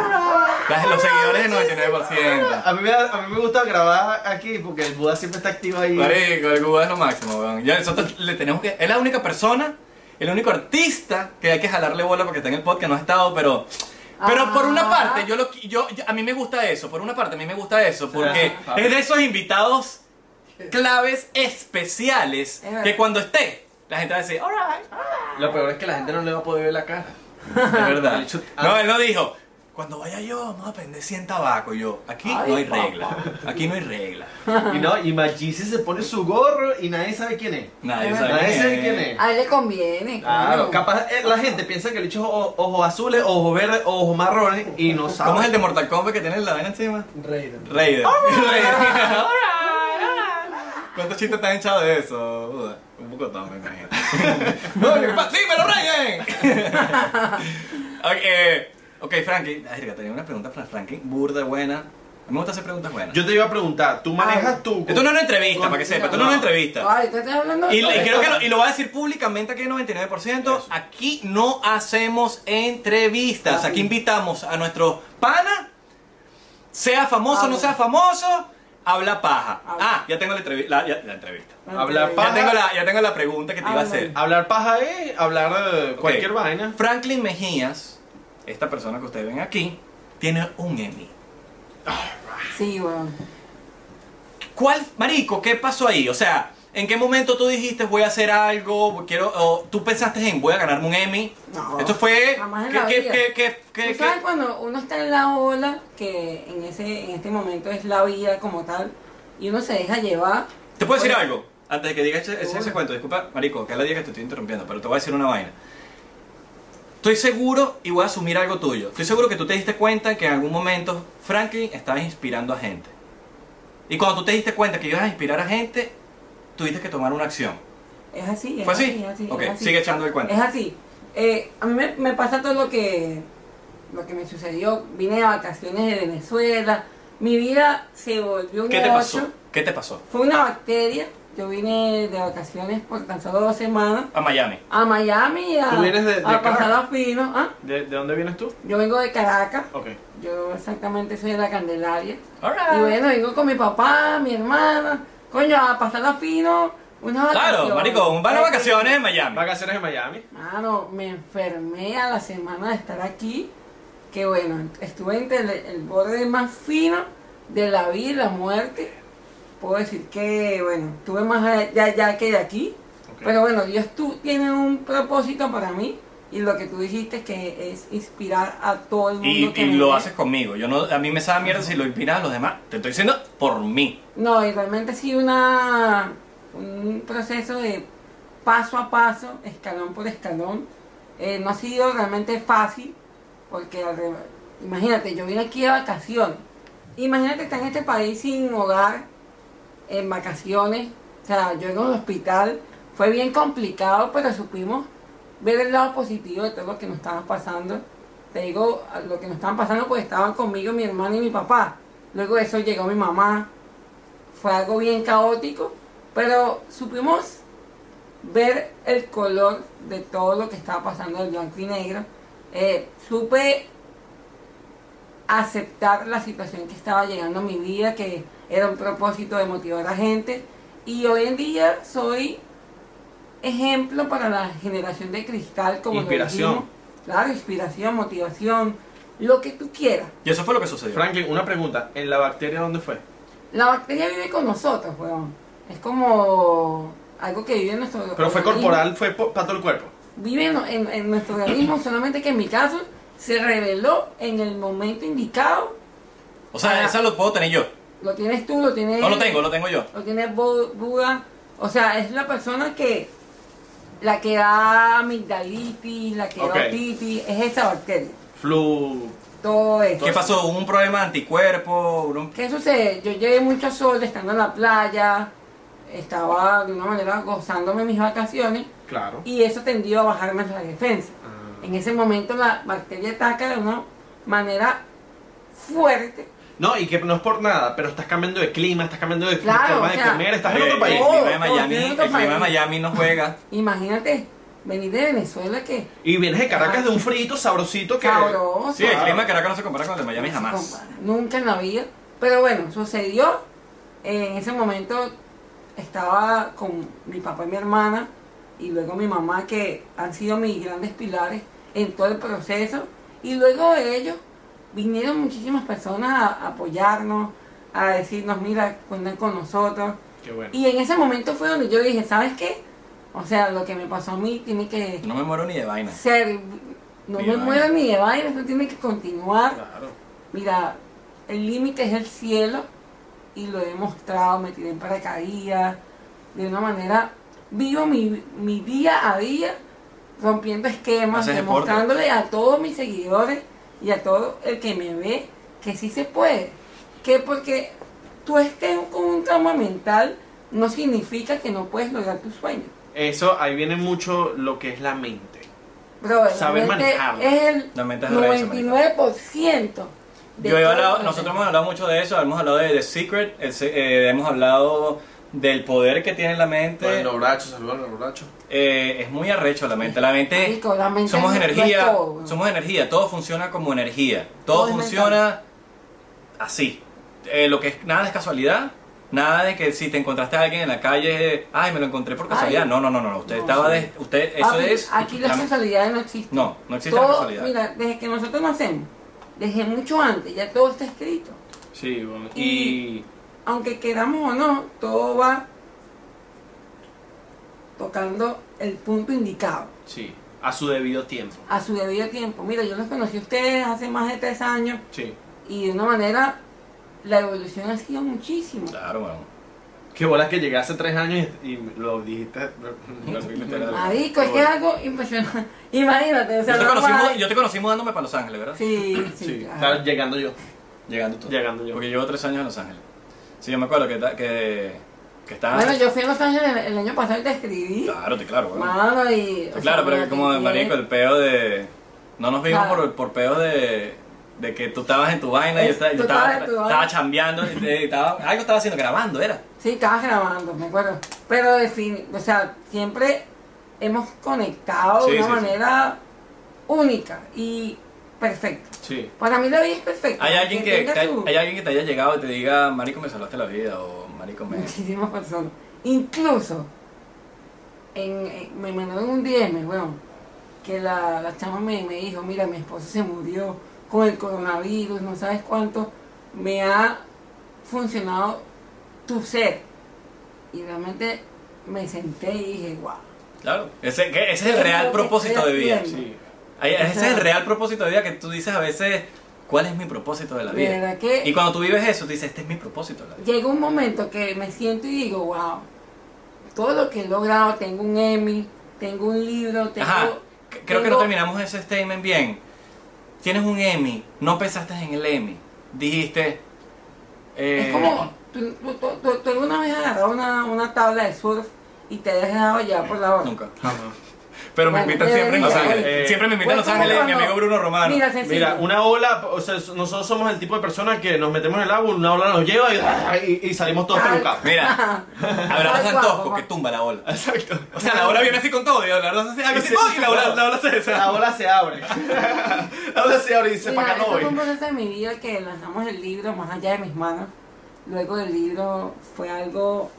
Las- Los seguidores del 99%.
A mí, me da- a mí me gusta grabar aquí porque el Buda siempre está activo ahí.
Marico, el Cuba es lo máximo, weón. Ya nosotros le tenemos que. Es la única persona, el único artista que hay que jalarle bola porque está en el podcast, no ha estado, pero. Pero por una
Ah.
parte, yo lo qui- yo, yo- a mí me gusta eso, por una parte a mí me gusta eso, porque
Ah.
es de esos invitados claves especiales
Es verdad.
que cuando esté, la gente va a decir, alright,
Lo peor es que la gente no le va a poder ver la cara.
es verdad.
El chut- ah.
No, él no dijo, cuando vaya yo, vamos a prender 100 tabaco, y yo, aquí
Ay,
no hay
papá.
regla, aquí no hay regla.
Y no, y Magisi se pone su gorro y nadie sabe quién es.
Nadie
Es
sabe
verdad. Nadie sabe quién es.
A él le conviene.
Claro,
coño.
capaz eh, la gente piensa que el bicho es o- ojos azules, ojos verdes, ojos marrones y no sabe.
¿Cómo es el de Mortal Kombat que tiene la vena encima?
Raiden.
Raider. Raider. ¿Cuántos chistes te han echado de eso? Buda? Un poco todo, me imagino. No, ¿qué pasa? ¡Sí, me lo rayen! ok, eh, ok, Frankie. Ay, verga, tenía una pregunta para Frankie. Burda, buena. me gusta hacer preguntas buenas.
Yo te iba a preguntar,
Ah.
¿tú manejas tú?
Esto no es una entrevista, para que sepa, esto no es una entrevista.
Ay, te estás hablando
Y, y creo que lo, y lo voy a decir públicamente aquí el 99%, aquí no hacemos entrevistas, aquí invitamos a nuestros panas, sea famoso o no
Habla.
sea famoso, habla paja.
Habla.
Ah, ya tengo la, entrevi- la- ya- la entrevista.
Hablar
Ya
Paja.
tengo, la, ya tengo la pregunta que te iba a hacer.
Hablar paja es hablar eh, cualquier
Ok.
vaina.
Franklin Mejías, esta persona que ustedes ven aquí, tiene un Emmy.
Sí, weón.
¿Cuál, marico, qué pasó ahí? O sea, ¿en qué momento tú dijiste voy a hacer algo, quiero, o tú pensaste en voy a ganarme un Emmy?
No.
Esto fue,
Jamás en
¿qué,
la
qué,
vida.
qué, qué, qué-
¿Tú sabes
qué-
cuando uno está en la ola, que en, ese, en este momento es la vida como tal, y uno se deja llevar? Pues,
¿Te puedo decir
Oye,
algo? Antes de que digas ese, ese
Seguro.
cuento, disculpa, marico, que es la día que te estoy interrumpiendo, pero te voy a decir una vaina. Estoy seguro y voy a asumir algo tuyo. Estoy seguro que tú te diste cuenta que en algún momento Franklin estaba inspirando a gente. Y cuando tú te diste cuenta que ibas a inspirar a gente, tuviste que tomar una acción.
Es así, es
¿Fue
así,
así?
es así,
ok,
es así.
sigue echando el cuento.
Es así. Eh, a mí me, me pasa todo lo que, lo que me sucedió. Vine de vacaciones de Venezuela. Mi vida se volvió un
¿Qué te
negocio.
pasó? ¿Qué te pasó?
Fue una bacteria. Yo vine de vacaciones por tan solo dos semanas
A Miami.
a Miami a,
¿Tú vienes de- de
a pasar
Caracas?
a Pino. ¿Ah?
¿De, de dónde vienes tú?
Yo vengo de Caracas.
Ok.
Yo exactamente soy de la Candelaria.
Alright.
Y bueno, vengo con mi papá, mi hermana. Coño, a pasar a Pino unas vacaciones.
Claro, marico, van a vacaciones en Miami.
Vacaciones en Miami.
Mano, me enfermé a la semana de estar aquí. Que bueno, estuve entre el, el borde más fino de la vida y la muerte. Puedo decir que, bueno, estuve más allá allá que de aquí.
Ok.
Pero bueno, Dios tú tiene un propósito para mí. Y lo que tú dijiste que es inspirar a todo el mundo.
Y,
que
y
me
lo
ve.
haces conmigo. Yo no, a mí me sabe mierda si lo inspiras a los demás. Te estoy diciendo por mí.
No, y realmente sí una, un proceso de paso a paso, escalón por escalón. Eh, no ha sido realmente fácil, porque al re- imagínate, yo vine aquí de vacaciones. Imagínate estar en este país sin hogar, en vacaciones. O sea, yo en un hospital. Fue bien complicado, pero supimos ver el lado positivo de todo lo que nos estaba pasando. Te digo a lo que nos estaban pasando porque estaban conmigo mi hermana y mi papá. Luego de eso llegó mi mamá, fue algo bien caótico, pero supimos ver el color de todo lo que estaba pasando del blanco y negro. Eh, supe aceptar la situación que estaba llegando a mi vida, que era un propósito de motivar a la gente. Y hoy en día soy ejemplo para la generación de cristal como lo
Inspiración.
dijimos. Claro, inspiración, motivación, lo que tú quieras.
Y eso fue lo que sucedió.
Franklin, una pregunta. ¿En la bacteria dónde fue?
La bacteria vive con nosotros, weón. Es como algo que vive en nuestro
Pero fue
organismo.
corporal, fue po- para todo el cuerpo.
Vive en, en- en nuestro organismo, solamente que en mi caso se reveló en el momento indicado.
o sea,
Ah.
esa lo puedo tener yo.
Lo tienes tú, lo tienes...
No lo tengo, lo tengo yo.
Lo tienes Bu- Buda. O sea, es la persona que... La que da amigdalitis, la que
Ok.
da otitis, es esa bacteria.
Flu.
Todo eso.
¿Qué pasó? ¿Hubo un problema de anticuerpo? Un-
¿Qué sucede? Yo llevé mucho sol estando en la playa, estaba de una manera gozándome mis vacaciones
Claro.
y eso tendió a bajarme la defensa. En ese momento la bacteria ataca de una manera fuerte.
No, y que no es por nada, pero estás cambiando de clima, estás cambiando de
Claro,
forma
o sea, Oh.
de comer, estás en
Eh,
otro país.
El clima de
Todo, todo,
Miami,
estoy en
el
otro
clima de
país.
Miami no juega.
Imagínate, venir de Venezuela que
Y vienes de Caracas de un frito sabrosito que.
sabroso.
Sí, el clima de Caracas no se compara con el de Miami jamás.
Compa- Nunca en la vida. Pero bueno, sucedió. En ese momento estaba con mi papá y mi hermana y luego mi mamá que han sido mis grandes pilares en todo el proceso. Y luego de ellos vinieron muchísimas personas a apoyarnos, a decirnos, mira, cuentan con nosotros.
Qué bueno.
Y en ese momento fue donde yo dije, ¿sabes qué? O sea, lo que me pasó a mí tiene que
No me muero ni de vaina.
ser... No
Ni
me
de
muero
vaina.
ni de vaina, esto tiene que continuar.
Claro.
Mira, el límite es el cielo y lo he mostrado, me tiré en paracaídas, de una manera, vivo mi, mi día a día rompiendo esquemas,
Haces deporte.
demostrándole a todos mis seguidores y a todo el que me ve que sí se puede. Que porque tú estés con un trauma mental no significa que no puedes lograr tus sueños.
Eso, ahí viene mucho lo que es la mente.
Bro,
Saber
realmente
manejarlo.
es el
La mente es la
99% de
Yo he
todo lo
hablado,
que
nosotros
tenemos.
hemos hablado mucho de eso, hemos hablado de The Secret, el se- eh, hemos hablado del poder que tiene la mente.
Bueno, los borrachos, saludan a los borrachos.
Eh, es muy arrecho la mente. La mente,
Marico, la mente
somos
no es
energía,
todo, weón.
somos energía, todo funciona como energía.
Todo
Todo,
es
funciona así. Eh, lo que es, nada es casualidad. Nada de que si te encontraste a alguien en la calle, ay, me lo encontré por casualidad.
Ay.
no, no, no, no, no. Usted
No,
estaba
sí.
de, usted eso
Papi,
es
Aquí las
la-
casualidades no existen.
No, no existe la
Todo-
casualidad.
Mira, desde que nosotros nacemos, desde mucho antes, ya todo está escrito.
Sí, bueno.
Y-
Y.
Aunque queramos o no, todo va tocando el punto indicado,
Sí. A su debido tiempo.
a su debido tiempo. Mira, yo los conocí a ustedes hace más de tres años
Sí.
y de una manera la evolución ha sido muchísimo.
Claro, bueno.
Qué bolas que llegué hace tres años y, y lo dijiste. lo dijiste literal.
Marico, es que es algo impresionante. Imagínate, o sea,
Yo te,
no
conocí,
va-
mu- yo te conocí mudándome para Los Ángeles, ¿verdad?
Sí, sí,
Sí,
claro.
claro, llegando yo.
Llegando tú.
Llegando yo.
Porque llevo tres años en Los Ángeles. Sí, yo me acuerdo que, ta- que, que estaba.
Bueno, yo fui a Los Ángeles el, el año pasado y te escribí.
Claro, te- claro, Ah, bueno.
Mano, y. o
Claro,
sea,
pero
mira,
que como
te-
de marico, el peo de. No nos vimos
Claro.
por, por peo de. De que tú estabas en tu vaina, yo
Es-
estaba, yo
tú
estaba,
estabas en tu vaina.
estaba chambeando, y te- estaba, algo estaba haciendo, grabando, era.
Sí, estabas grabando, me acuerdo. Pero de fin, o sea, siempre hemos conectado
Sí,
de una
sí, sí.
manera única y perfecta.
Sí.
Para mí la vida es perfecta.
Hay alguien que,
tenga
te- hay,
su-
alguien que te haya llegado y te diga, marico, me salvaste la vida, o marico, me...
Muchísimas personas. Incluso, en, en- me mandaron un DM, weón, que la, la chama me, me dijo, mira, mi esposo se murió con el coronavirus, no sabes cuánto, me ha funcionado tu ser. Y realmente me senté y dije, wow.
Claro, ese, que ese es el real propósito de vida.
Sí.
Ahí- Ese es el real propósito de vida que tú dices a veces, ¿cuál es mi propósito de la
De
vida?
verdad que
Y cuando tú vives eso, tú dices, este es mi propósito de la vida.
llega un momento que me siento y digo, wow, todo lo que he logrado, tengo un Emmy, tengo un libro, tengo...
Ajá, c- creo que no
tengo-
terminamos ese statement bien. Tienes un Emmy, no pensaste en el Emmy. Dijiste. eh,
Es como, tú, tú, tú- tú- tú alguna vez has agarrado una, una tabla de surf y te has dejado llevar por la ola.
Nunca. Pero me
Bueno,
invitan siempre en Los
debería,
Ángeles.
eh,
siempre me invitan a Los
pues,
Ángeles mi
cuando-
amigo Bruno Romano.
Mira, sencillo.
Mira, una ola, o sea, nosotros somos el tipo de personas que nos metemos en el agua, una ola nos lleva y, y- y salimos todos
Tal-
pelucados.
Mira,
Ajá.
abrazas
Tal
a
cual,
Antojo
papá.
que tumba la ola.
Exacto.
O sea, la ola viene así con todo. Y la ola, se hace así, ¡ay! y la ola, la ola se
La ola se abre. La ola se abre y dice,
Mira,
para acá
eso
no voy.
fue un proceso de mi vida que lanzamos el libro Más allá de mis manos. Luego el libro fue algo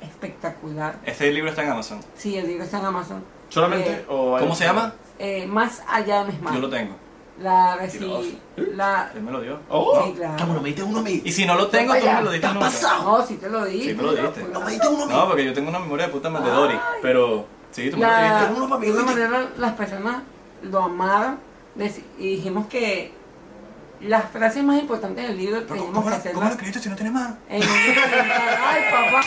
espectacular.
Este libro está en Amazon.
Sí, el libro está en Amazon.
Solamente,
Eh,
o hay-
¿Cómo se llama?
eh, más allá de mis manos.
Yo lo tengo.
La
Dios.
recibí. La.
Él me lo dio.
Oh.
Sí,
Cabrón,
claro.
me diste uno a mí.
Y si no lo tengo,
Vaya.
tú no me lo diste
¿Te has
nunca.
pasado?
No, sí te lo di.
Sí, me lo diste.
No, me diste uno a mí.
No, porque yo tengo una memoria de puta madre de Dory. Pero, sí, tú me lo dijiste.
La-
Uno para mí,
de una
¿viste?
manera las personas lo amaron deci- y dijimos que las frases más importantes del libro
Pero, ¿cómo-
teníamos
¿Cómo
que
lo- cómo
hacerlas
lo escribiste si no tienes más?
en un ay papá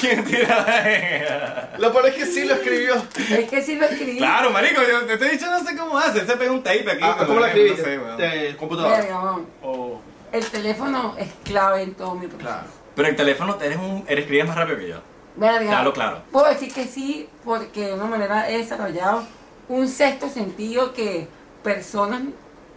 ¿Quién tira?
Lo peor es que sí lo escribió.
es que si lo escribí
Claro, marico, yo te estoy diciendo no sé cómo hace. Se pega un tape aquí.
Ah,
pero
¿Cómo lo
no sé,
escribiste?
weón.
Eh, computadora.
verga, mamá.
O-
el teléfono es clave en todo mi proceso
Claro.
Pero el teléfono eres un. Eres escribes más rápido que yo.
Verga.
Claro, claro.
puedo decir que sí porque de una manera he desarrollado un sexto sentido que personas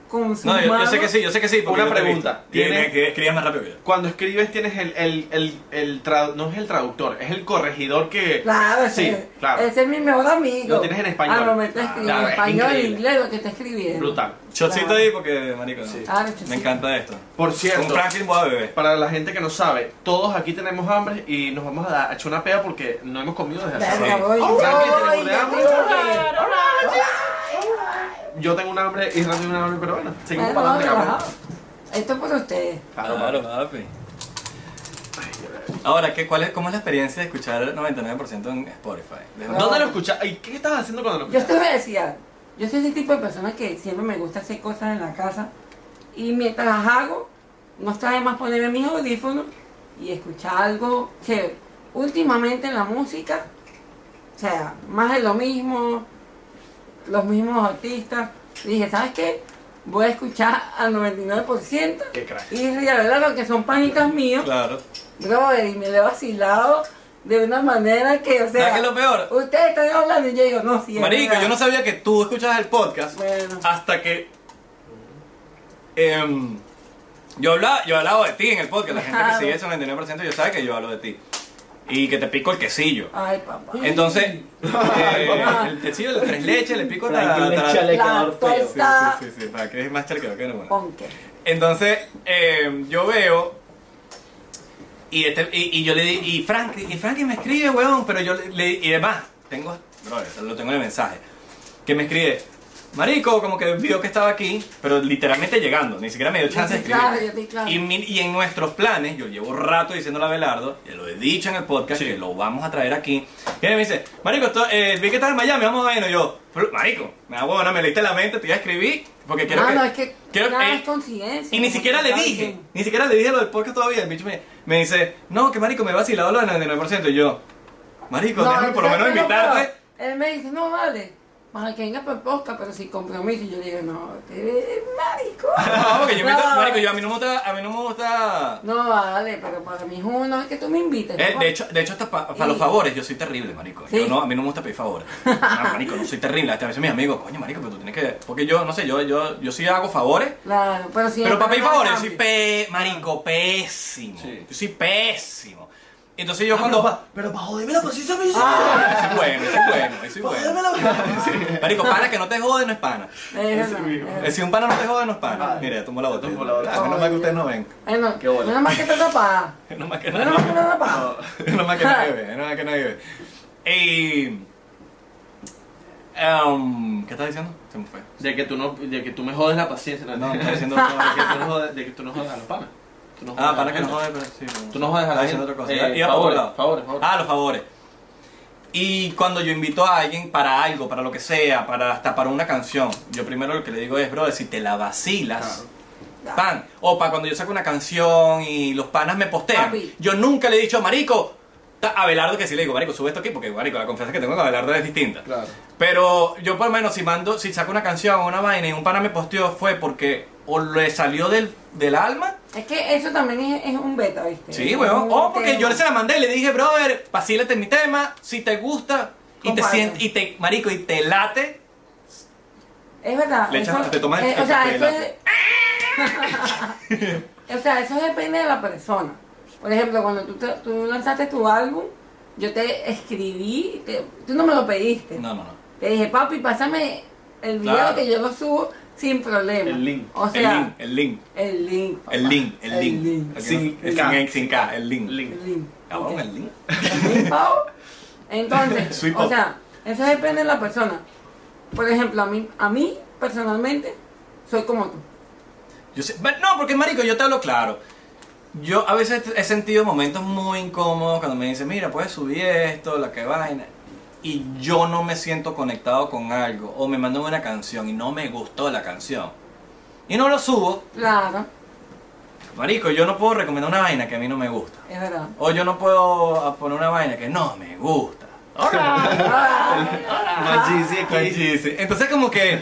con sus
No, yo, yo sé
manos-
que sí, yo sé que sí. porque
Una
yo te he
pregunta,
visto. Tiene
¿tiene-
que escribes más rápido que yo.
Cuando escribes tienes el, el, el, el trad- no es el traductor, es el corregidor que...
Claro,
Sí,
ese,
claro.
ese es mi mejor amigo. Ah,
Lo tienes en español.
Al momento de escribir
Claro,
en
es
español, en
increíble.
inglés, lo que está escribiendo.
Brutal.
Chocito
Claro.
ahí porque, marico, no.
Sí.
Claro, chocito.
me encanta esto.
Por
Con
cierto,
Franklin voy a beber.
para la gente que no sabe, todos aquí tenemos hambre y nos vamos a, dar- a echar una pea porque no hemos comido desde hace
Verga,
Sí.
voy,
Oh,
voy,
Franklin, tenemos
yo
de hambre.
tengo que-
Yo tengo un hambre, Israel tiene un hambre peruana. Seguimos
Bueno,
para
vamos
adelante,
a
cabrón.
trabajar. Esto es por ustedes.
Claro, papi. Ahora, ¿qué, cuál es, ¿cómo es la experiencia de escuchar el 99% en Spotify? Déjame-
¿Dónde lo escuchaste? ¿Y qué estabas haciendo cuando lo
Yo te
escuchaste?
voy a decir algo. Yo soy ese tipo de persona que siempre me gusta hacer cosas en la casa. Y mientras las hago, no está de más ponerme mis audífonos y escuchar algo que últimamente en la música, o sea, más de lo mismo, los mismos artistas. Y dije, ¿sabes qué? Voy a escuchar al 99%
Qué crack.
y regalarlo que son panitas míos.
Claro.
Brother, y me lo he vacilado de una manera que, o sea,
¿Sabes qué es lo peor?
ustedes están hablando y yo digo, no, sí. es
Marico,
verdad".
yo no sabía que tú escuchabas el podcast
Bueno.
hasta que em, Yo hablaba, yo hablaba de ti en el podcast. La gente que sigue ese 99% yo sabe que yo hablo de ti. Y que te pico el quesillo.
Ay, papá.
Entonces, eh, el quesillo, las tres leches, le pico la...
Franklin es
la-
chalecador
La
feo.
Sí,
Está-
sí, sí, sí, para que es más charquero que no. bueno.
Ponque.
Entonces, eh, yo veo. Y, este, y, y yo le di. Y Frank, y Frankie me escribe, weón. Pero yo le- le. Y demás, tengo. Brother, lo tengo en el mensaje. Que me escribe. Marico, como que vio que estaba aquí, pero literalmente llegando, ni siquiera me dio chance de
Sí,
escribir.
claro, yo estoy claro.
Y, mi- y en nuestros planes, yo llevo rato diciéndole a Belardo, ya lo he dicho en el podcast, que lo vamos a traer aquí. Y él me dice, Marico, esto- eh, vi que estás en Miami, vamos a vernos. Y Yo, "Pero, Marico, me da huevona, me leíste la mente, te iba a escribir, porque quiero
Ah,
que.
no, es que
quiero-
nada
eh,
es coincidencia.
y ni
como
siquiera
que
le
cada
dije,
quien.
ni siquiera le dije lo del podcast todavía. El bicho me, me dice, no, que marico, me he vacilado lo del 99%. Y yo, marico, déjame por lo
¿sabes
menos
qué es
invitarte.
peor? Él me dice, no, vale. Para que venga por posca, pero sin compromiso. Y yo le digo, no, te marico.
No, porque yo invito,
No,
marico, yo a mí no me gusta, a mí no me gusta.
No, vale, pero para mí es uno, es que tú me invites.
Eh,
¿no?
de hecho, de hecho hasta para
Y-
los favores, yo soy terrible, marico.
Sí.
Yo no, a mí no me gusta pedir favores. Ah, marico, no soy terrible. Hasta a veces mis amigos, coño, marico, pero tú tienes que. Porque yo, no sé, yo, yo, yo sí hago favores.
Claro, pero si
Pero para pedir favores, yo soy
sí
pe...
Ah.
marico, pésimo.
Sí.
Yo soy pésimo. Entonces yo
Ah,
cuando.
Pero para joderme la paciencia me hizo.
soy bueno, soy bueno,
Pues
soy
Para
bueno.
joderme Pues, la
Marico, pana que no te jode no es pana.
no,
Eh, Si un pana no te jode no es pana. Mira, tomó la botella.
Tomó la botella.
Ah, menos mal que ustedes no ven.
Ay, no,
Qué bola.
nada más que te tapada.
Menos mal que
Nada más que te
nadie
tapada.
ve. Menos mal que nadie ve. Menos mal que nadie ve. Y... em, ¿Qué estás diciendo? Se me fue.
De que tú no, de que tú me jodes la paciencia. No,
No,
de
estaba
que tú
diciendo
no
otra cosa.
jodes, de que tú no jodes a los panas. Tú no jodes
Ah,
a
para
la
que no
gente.
jode, pero sí. pero-
Tú no jodes a
Estaba
la
diciendo
gente.
otra cosa.
Eh,
Iba- iba por otro
favores,
lado.
favores, favores.
Ah, los favores. Y cuando yo invito a alguien para algo, para lo que sea, para hasta para una canción, yo primero lo que le digo es, brother, si te la vacilas, pan. O para cuando yo saco una canción y los panas me postean.
Papi.
Yo nunca le he dicho, marico, ta- a Abelardo que sí le digo, marico, sube esto aquí, porque marico, la confianza que tengo con Abelardo es distinta.
Claro.
Pero yo por lo menos si mando, si saco una canción o una vaina y un pana me posteó fue porque o le salió del, del alma
Es que eso también es, es un beta, ¿viste?
Sí,
Es
weón.
un
O porque
tema.
yo se la mandé y le dije, brother, vacílate mi tema, si te gusta y te
Comparte.
sientes, y te, marico, y te late.
Es verdad.
Le echas- te tomas el-
eh,
el
o sea,
café
eso
helado.
es, O sea, eso depende de la persona. Por ejemplo, cuando tú, te- tú lanzaste tu álbum, yo te escribí, te- tú no me lo pediste.
No, no, no.
Te dije, papi, pásame el video
Claro.
que yo lo subo sin problema.
El link.
O sea,
el link,
el link. papá.
el link, el link, el link.
link.
Aquí
Sin
no- es
K.
sin, sin K, el link.
Link.
El link.
Cabrón,
Ok.
el link.
Pau. Entonces,
Sweet
o
pop.
sea, eso depende de la persona. Por ejemplo, a mí, a mí personalmente, soy como tú.
Yo sé- Bueno, no, porque marico, yo te hablo claro. Yo a veces he sentido momentos muy incómodos cuando me dicen, mira, puedes subir esto, la que vaina. Y yo no me siento conectado con algo. O me mandan una canción y no me gustó la canción. Y no lo subo.
Claro,
Marico, yo no puedo recomendar una vaina que a mí no me gusta.
es verdad.
O yo no puedo ah, poner una vaina que no me gusta.
Machisi
Ay,
aquí.
Ah, sí, sí. Entonces como que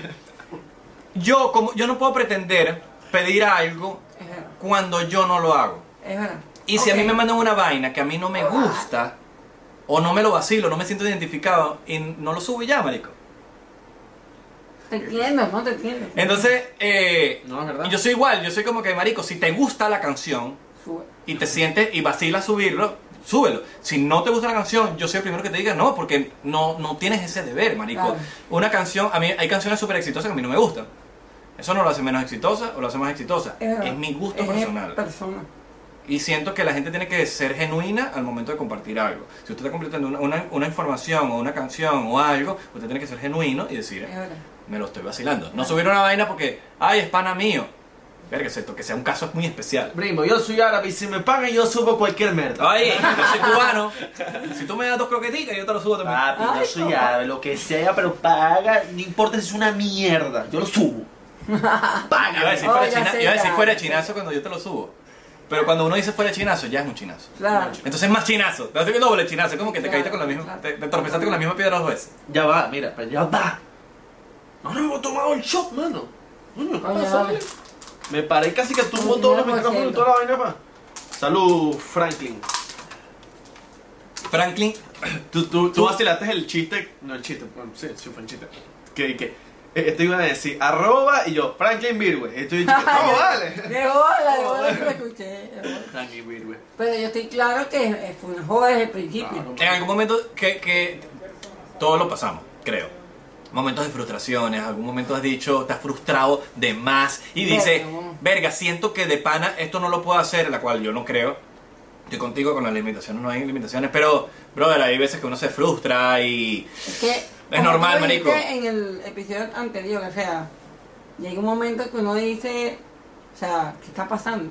yo, como, yo no puedo pretender pedir algo
Es verdad.
cuando yo no lo hago.
Es verdad.
Y si a mí
Ok.
me mandan una vaina que a mí no me gusta, o no me lo vacilo, no me siento identificado, y no lo subo y ya, marico.
Te entiendo, no te entiendo.
Entonces, eh,
No, es verdad.
yo soy igual, yo soy como que, marico, si te gusta la canción,
Sube.
y te sientes y vacilas subirlo, súbelo. Si no te gusta la canción, yo soy el primero que te diga no, porque no, no tienes ese deber, marico.
Claro.
Una canción, a mí hay canciones súper exitosas que a mí no me gustan. Eso no lo hace menos exitosa o lo hace más exitosa.
Es,
Es,
verdad.
mi gusto
Es
personal.
persona.
Y siento que la gente tiene que ser genuina al momento de compartir algo. Si usted está compartiendo una, una- una información o una canción o algo, usted tiene que ser genuino y decir,
Es verdad.
me lo estoy vacilando. No subir una vaina porque, ay, es pana mío. Verga, excepto que sea un caso muy especial.
Primo, yo soy árabe y si me pagan yo subo cualquier merda.
Oye, yo soy cubano. Si tú me das dos croqueticas, yo te lo subo también.
Papi, yo
Ay,
soy
papá.
árabe, lo que sea, pero paga, no importa si es una mierda, yo lo subo.
Iba a decir
Oh,
fuera,
ya
china-
sé,
iba a decir
ya.
fuera chinazo cuando yo te lo subo. Pero cuando uno dice fuera chinazo, ya es un chinazo.
Claro.
Entonces más chinazo. Te hace un doble chinazo, como que te caíste con la misma.
Claro.
Te, te tropezaste con la misma piedra dos veces.
Ya va, mira, pero ya va. No, no hemos tomado el shot, mano. Coño, ¿qué
Coño,
pasó,
vale.
vale? Me paré casi que tumbó
Coño, pues,
todos los
mira,
micrófonos y
Marcelo.
toda la vaina, pa. Salud, Franklin.
Franklin,
Tú, tú, tú vacilaste el chiste. No, el chiste. bueno, Sí, sí fue un chiste. Que, que Esto iba a decir, arroba y yo, Franklin Virgüe. Estoy diciendo, no vale.
De bola, de bola que lo escuché. de bola.
Franklin Beard, güey.
Pero yo estoy claro que eh, fue un joda desde el principio.
En algún momento que, que todos lo pasamos, creo. Momentos de frustraciones, algún momento has dicho, estás frustrado de más y dices,
Bueno.
verga, siento que de pana esto no lo puedo hacer, la cual yo no creo. Estoy contigo con las limitaciones, no hay limitaciones, pero, brother, hay veces que uno se frustra y...
Es que. Es
normal, marico.
En el episodio anterior, o sea, llega un momento que uno dice, o sea, ¿qué está pasando?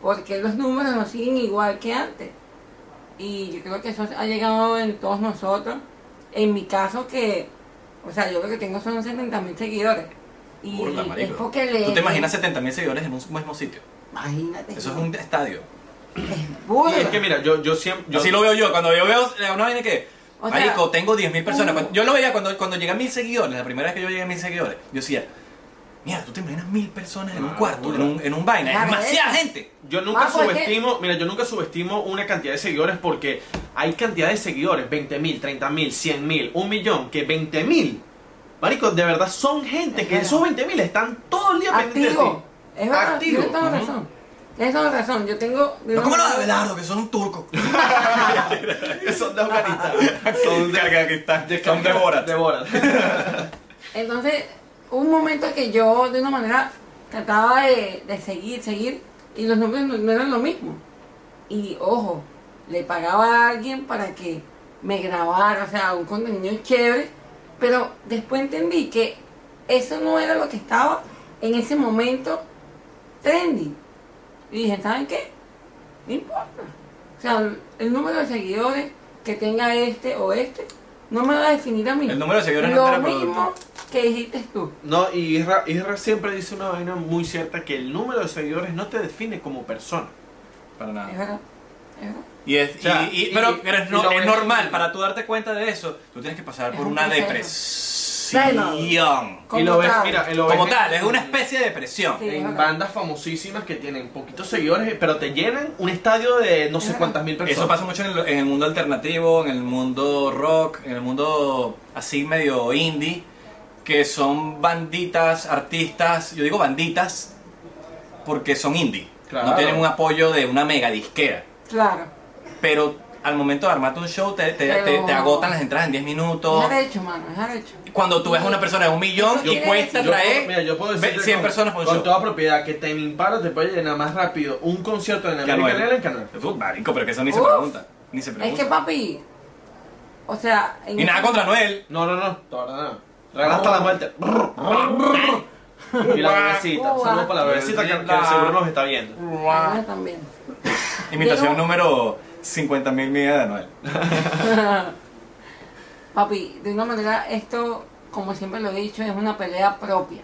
Porque los números no siguen igual que antes. Y yo creo que eso ha llegado en todos nosotros. En mi caso, que, o sea, yo lo que tengo son 70 mil seguidores. Y
Burda,
es
marico.
porque le.
¿Tú te imaginas 70.000 seguidores en un mismo sitio?
Imagínate.
Eso es un estadio.
Y
burda.
es que mira, yo, yo siempre. Yo,
Así lo veo yo, cuando yo veo eh, una vaina que...
O sea,
Marico, tengo 10.000 personas.
uh.
Cuando- yo lo veía cuando, cuando llegué a 1.000 seguidores, la primera vez que yo llegué a 1.000 seguidores, yo decía, mira, tú te imaginas 1.000 personas en
Ah,
un cuarto, en un, en un vaina, es
Claro,
demasiada
es-
gente.
Yo nunca
Ah, pues,
subestimo, mira, yo nunca subestimo una cantidad de seguidores porque hay cantidad de seguidores, 20 mil, 30 mil, 100 mil, un millón, que 20 mil, marico, de verdad son gente,
Es
que
verdad.
esos 20 mil están todo el día pendientes de ti.
Activo. Es verdad,
Activo.
tienes toda la
Ujú.
razón. Tienes toda la razón. Yo tengo.
No como los Abelardo, que son un turco.
Son de Afganistán. son de,
Carga que está, son de Borat.
De Borat.
Entonces, hubo un momento que yo de una manera trataba de, de seguir, seguir, y los números no, no eran lo mismo. Y ojo, le pagaba a alguien para que me grabara, o sea, un contenido chévere, pero después entendí que eso no era lo que estaba en ese momento trending. Y dije, ¿saben qué? No importa. O sea, el número de seguidores que tenga este o este, no me va a definir a mí.
El número de seguidores no
Lo
altera
mismo
producto.
que dijiste tú.
No, y Isra, Isra siempre dice una vaina muy cierta, que el número de seguidores no te define como persona.
Para nada.
Es verdad. Es verdad.
Y es,
O sea,
y- y-
y-
pero pero es,
y
no-
lo
es
ves-
normal, para tú darte cuenta de eso, tú tienes que pasar
Es
por
un
una
proceso.
depresión.
Y lo ves,
tal.
mira, lo ves
Como
en-
tal, es una especie de depresión.
Sí. es
En
verdad.
bandas famosísimas que tienen poquitos seguidores, pero te llenan un estadio de no
Es
sé
verdad.
cuántas mil personas.
Eso pasa mucho en el, en el mundo alternativo, en el mundo rock, en el mundo así medio indie, que son banditas, artistas, yo digo banditas porque son indie.
Claro.
No tienen un apoyo de una mega disquera.
Claro.
Pero al momento de armarte un show te, te-
Pero-
te- te agotan las entradas en 10 minutos.
Es arrecho, mano. Es arrecho.
Cuando tú ves a una persona de un millón
Eso
y
quiere
cuesta
decir-
traer
Mira, yo puedo decirte
100
con-
personas por un
Con
show.
toda propiedad que Time Impala te puede llenar más rápido un concierto en América
Anuel.
Latina en Canadá.
Uh, marico, pero que eso ni se
Uf.
pregunta. Ni se
Es
pregunta.
que papi. O sea. en
y nada
ese-
contra Noel.
No, no, no, todavía nada. Regala hasta la muerte. y la bebecita.
Uah.
Saludos para la bebecita que, que seguro nos está viendo.
Ah, también.
Imitación
Llegó-
número 50.000 mía de Noel.
Papi, de una manera, esto, como siempre lo he dicho, es una pelea propia.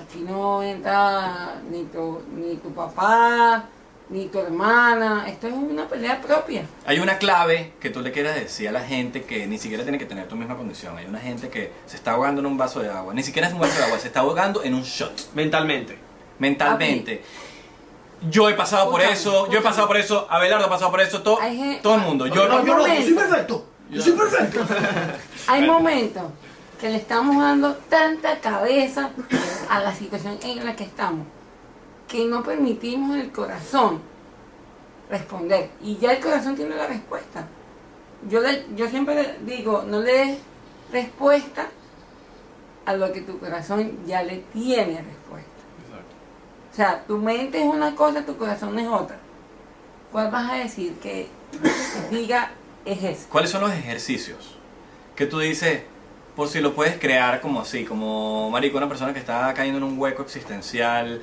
Aquí no entra ni tu, ni tu papá, ni tu hermana. Esto es una pelea propia.
Hay una clave que tú le quieras decir a la gente que ni siquiera tiene que tener tu misma condición. Hay una gente que se está ahogando en un vaso de agua. Ni siquiera es un vaso de agua, se está ahogando en un shot.
Mentalmente.
Mentalmente. Yo he pasado por
Escúchame,
eso, yo he
escúchame.
pasado por eso, Abelardo ha pasado por eso, todo,
Hay gen-
todo el mundo. Yo
No, yo no, yo soy
perfecto. Yo soy perfecto.
Hay momentos que le estamos dando tanta cabeza a la situación en la que estamos que no permitimos el corazón responder. Y ya el corazón tiene la respuesta. Yo, le- yo siempre le digo, no le des respuesta a lo que tu corazón ya le tiene respuesta. O sea, tu mente es una cosa, tu corazón es otra. ¿Cuál vas a decir que diga es eso?
¿Cuáles son los ejercicios que tú dices, por si lo puedes crear como así, como marico, una persona que está cayendo en un hueco existencial?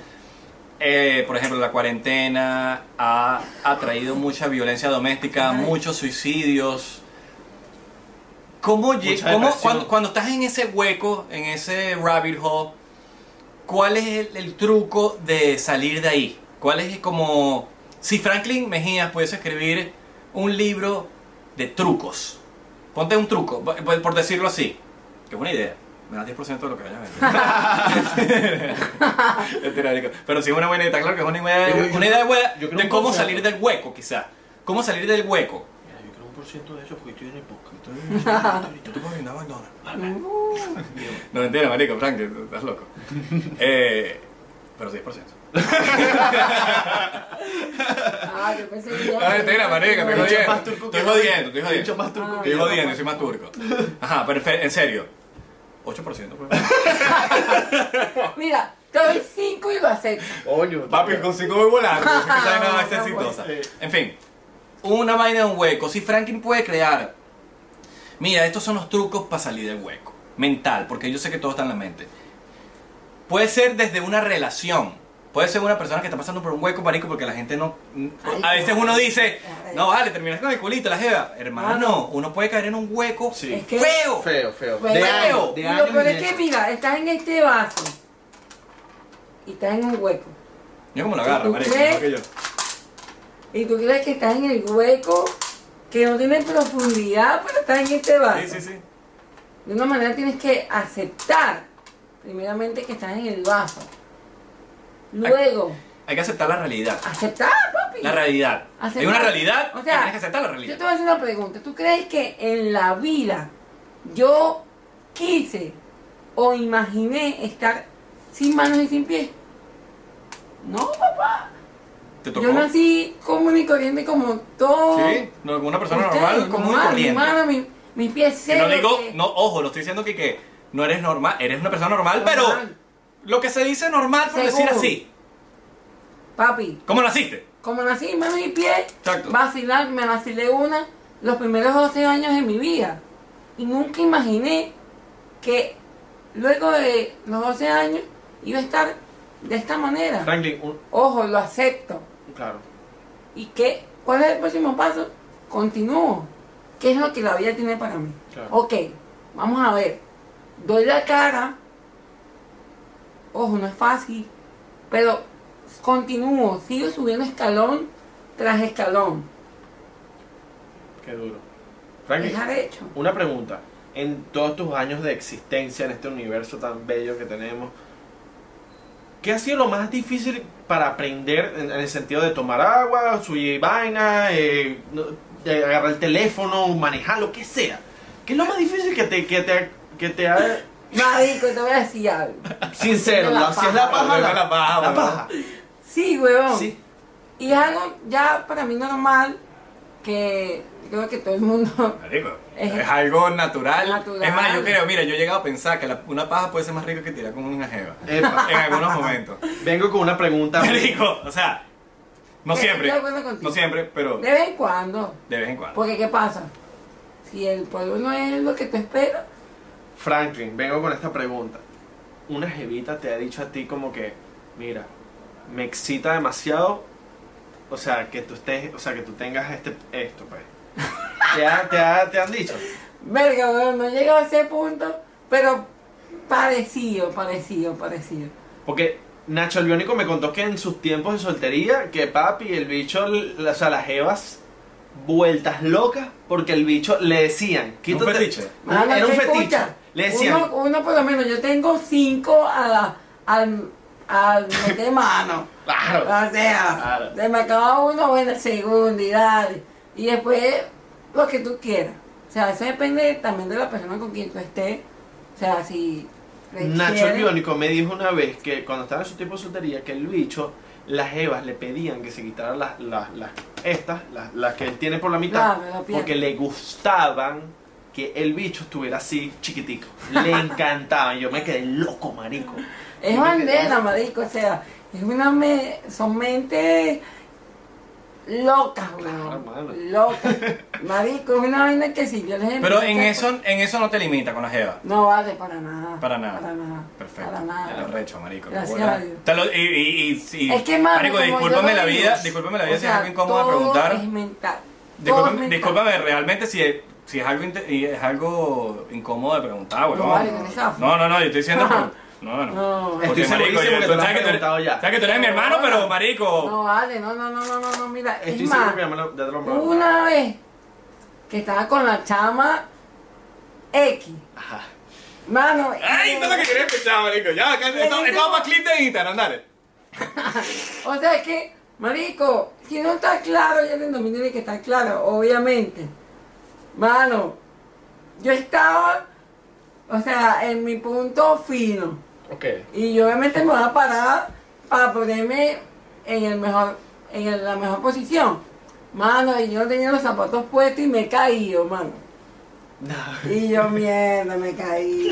eh, por ejemplo, la cuarentena ha atraído mucha violencia doméstica,
Ay.
muchos suicidios. ¿Cómo, lle-
Mucha
cómo-
depresión.
cuando, cuando estás en ese hueco, en ese rabbit hole, ¿cuál es el, el truco de salir de ahí? ¿Cuál es como... Si Franklin Mejías pudiese escribir un libro de trucos, ponte un truco, por- por, por decirlo así, que es buena idea, me das 10% de lo que vayas a vender. Este Mentira, marico. Pero sí es una buena idea, claro que es una idea,
Yo- yo-
una idea buena
yo creo
de
un
cómo
consejo.
salir del hueco, quizás. ¿Cómo salir del hueco?
Mira, yo creo un
100% de eso porque estoy en el podcast.
Yo te puedo brindar McDonald's. No mentira, marico, Frank, estás loco. Eh, pero 10%.
Ah, yo pensé que ya.
No mentira, marico, estoy jodiendo.
más turco que
Estoy jodiendo, estoy jodiendo.
Mucho más turco
Ah.
que
Estoy
yo.
jodiendo, soy más turco. Ajá, pero en fe- en serio. 8%, pues.
Mira, te doy 5 y lo acepto.
Coño.
Papi, con cinco muy volando, es que esa vaina va a ser
No,
exitosa.
pues,
En fin, una vaina de un hueco. Si Franklin puede crear, mira, estos son los trucos para salir del hueco. Mental, porque yo sé que todo está en la mente. Puede ser desde una relación. Puede ser una persona que está pasando por un hueco, marico, porque la gente no... A veces uno dice, no vale, terminas con el culito, la jeva. Hermano, uno puede caer en un hueco
Sí.
Es que-
feo.
Feo, feo.
Bueno,
De años,
y
de
lo
años.
peor
en
es que,
eso.
mira, estás en este vaso y estás en un hueco.
Yo como lo agarro,
¿Tú
marico.
crees?
mejor que yo.
Y tú crees que estás en el hueco que no tiene profundidad, pero estás en este vaso.
Sí, sí, sí.
De una manera tienes que aceptar, primeramente, que estás en el vaso. Luego,
Hay que aceptar la realidad.
aceptar, papi.
La realidad. Hay
Aceptar.
una realidad
O sea,
que tienes que aceptar la
Yo
realidad.
te voy a hacer una pregunta. ¿Tú crees que en la vida yo quise o imaginé estar sin manos y sin pies? No, papá.
Te tocó.
Yo nací común y corriente como todo.
Sí, no, como una persona
Ustedes,
normal, común y
normal,
corriente.
humano, mi, mis pies
Que no
secos,
digo,
que-
no, ojo, no estoy diciendo que, que no eres normal, eres una persona normal,
Normal.
pero lo que se dice normal por decir
Según.
así.
Papi,
¿Cómo naciste?
como nací sin manos y pies,
Exacto.
vacilar, me vacilé una los primeros 12 años de mi vida. Y nunca imaginé que luego de los 12 años iba a estar de esta manera.
Franklin, un-
Ojo, lo acepto.
claro.
¿Y qué? ¿Cuál es el próximo paso? Continúo. ¿Qué es lo que la vida tiene para mí?
Claro.
Ok, vamos a ver. Doy la cara. Ojo, no es fácil. Pero continúo, sigo subiendo escalón tras escalón.
Qué duro.
Es
Franklin,
arrecho.
una pregunta. En todos tus años de existencia en este universo tan bello que tenemos, ¿qué ha sido lo más difícil para aprender en, en el sentido de tomar agua, subir vaina, eh, no- de agarrar el teléfono, manejar lo que sea? ¿Qué es lo más difícil que te, que te, que te ha...
Marico, te voy a decir algo.
Sincero,
La
la- si es la
paja.
paja, la,
La paja,
la
bueno.
paja.
Sí, huevón.
Sí.
Y es algo ya para mí normal que creo que todo el mundo...
Marico,
Es-
es, algo natural.
Natural.
Es más, yo creo, mira, yo he llegado a pensar que la- una paja puede ser más rica que tirar con una jeva.
Epa,
En algunos momentos.
vengo con una pregunta.
Marico, o sea, no
Eh,
siempre.
estoy de acuerdo contigo.
No siempre, pero
De vez en cuando.
de vez en cuando.
Porque ¿qué pasa? Si el pueblo no es lo que tú esperas,
Franklin, vengo con esta pregunta. Una jevita te ha dicho a ti como que, mira, me excita demasiado, o sea, que tú estés, o sea, que tú tengas este, esto, pues. ¿Te, ha- te, ha- te han dicho?
verga, weón, no he llegado a ese punto, pero parecido, parecido, parecido.
Porque Nacho el Biónico me contó que en sus tiempos de soltería, que papi, el bicho, l- o sea, las jevas vueltas locas, porque el bicho le decían, quítate.
fetiche?
Mano,
Era un
¿qué
fetiche.
escucha?
Le decían,
Uno, uno por lo menos, yo tengo cinco a la, al, al de mano.
claro.
O sea,
Claro.
se me acaba uno, bueno, el segundo y dale. Y después lo que tú quieras. O sea, eso depende también de la persona con quien tú estés. O sea, si...
Nacho el
requiere-
Biónico me dijo una vez que cuando estaba en su tiempo de soltería, que el bicho, las evas le pedían que se quitaran las, las, las- estas, las, las que él tiene por la mitad,
Claro, la piel.
porque le gustaban que el bicho estuviera así chiquitico. Le encantaban. Yo me quedé loco, marico.
Es bandera, marico, o sea, es una me- son mentes locas,
Claro,
weón.
mano.
locas. Marico, es una vaina que si yo les
Pero
empiezo
en
a-
eso, en eso no te limita con la jeva.
No vale para nada.
Para nada.
Para nada.
Perfecto.
Para
Te lo
nada.
recho, marico.
Gracias
Bueno.
a Dios.
Te lo- y, y, y, sí.
Es que, mano,
Marico,
como yo
discúlpame
lo
la
digo,
vida, discúlpame la vida
o
si es
sea,
algo incómodo
todo
preguntar.
Es mental. todo es
Discúlpame,
mental.
discúlpame realmente si es, si es algo inte- y es algo incómodo de preguntar, weón.
No, vale, que te jafo.
no, no, no, yo estoy diciendo por- no, no.
No.
Porque,
Estoy segurísimo
yo-
que te lo has
sabes tú eres-
preguntado ya.
Sabes que tú eres mi hermano, pero marico.
No vale, no, no, no, no, no, no, mira,
Estoy
es más,
seguro que ya me lo, ya te lo han
una vez que estaba con la chama X,
Ajá.
mano,
Ay,
eh,
no es lo que quería escuchar, marico. Ya, acá estamos estamos para clip de Instagram, dale.
O sea, es que, marico, si no está claro, ya te- también tiene que estar claro, obviamente. Mano, yo estaba, o sea, en mi punto fino.
Ok.
Y yo obviamente me voy a parar para ponerme en el mejor, en el- la mejor posición. Mano, y yo tenía los zapatos puestos y me he caído, mano. Y yo, mierda, me caí.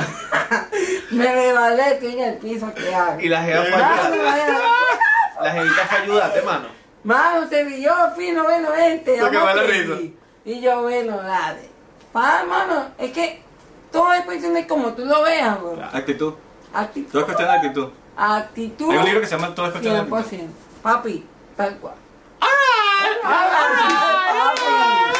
me rebalé, estoy en el piso, ¿qué hago?
Y la jeva fue a
Mano,
ayudar.
mano,
La jevita fue a ayudarte, mano.
mano, se vio fino, bueno, vente.
Lo que
vamos
vale
aquí.
risa.
Y yo, bueno, dale. Pa, mano, es que todo es cuestión de cómo tú lo veas, bro.
Actitud.
Actitud.
Todo es cuestión de actitud.
Actitud.
Hay un libro que se llama Todo es cuestión de actitud.
100%. Papi, tal cual. Papi, tal cual.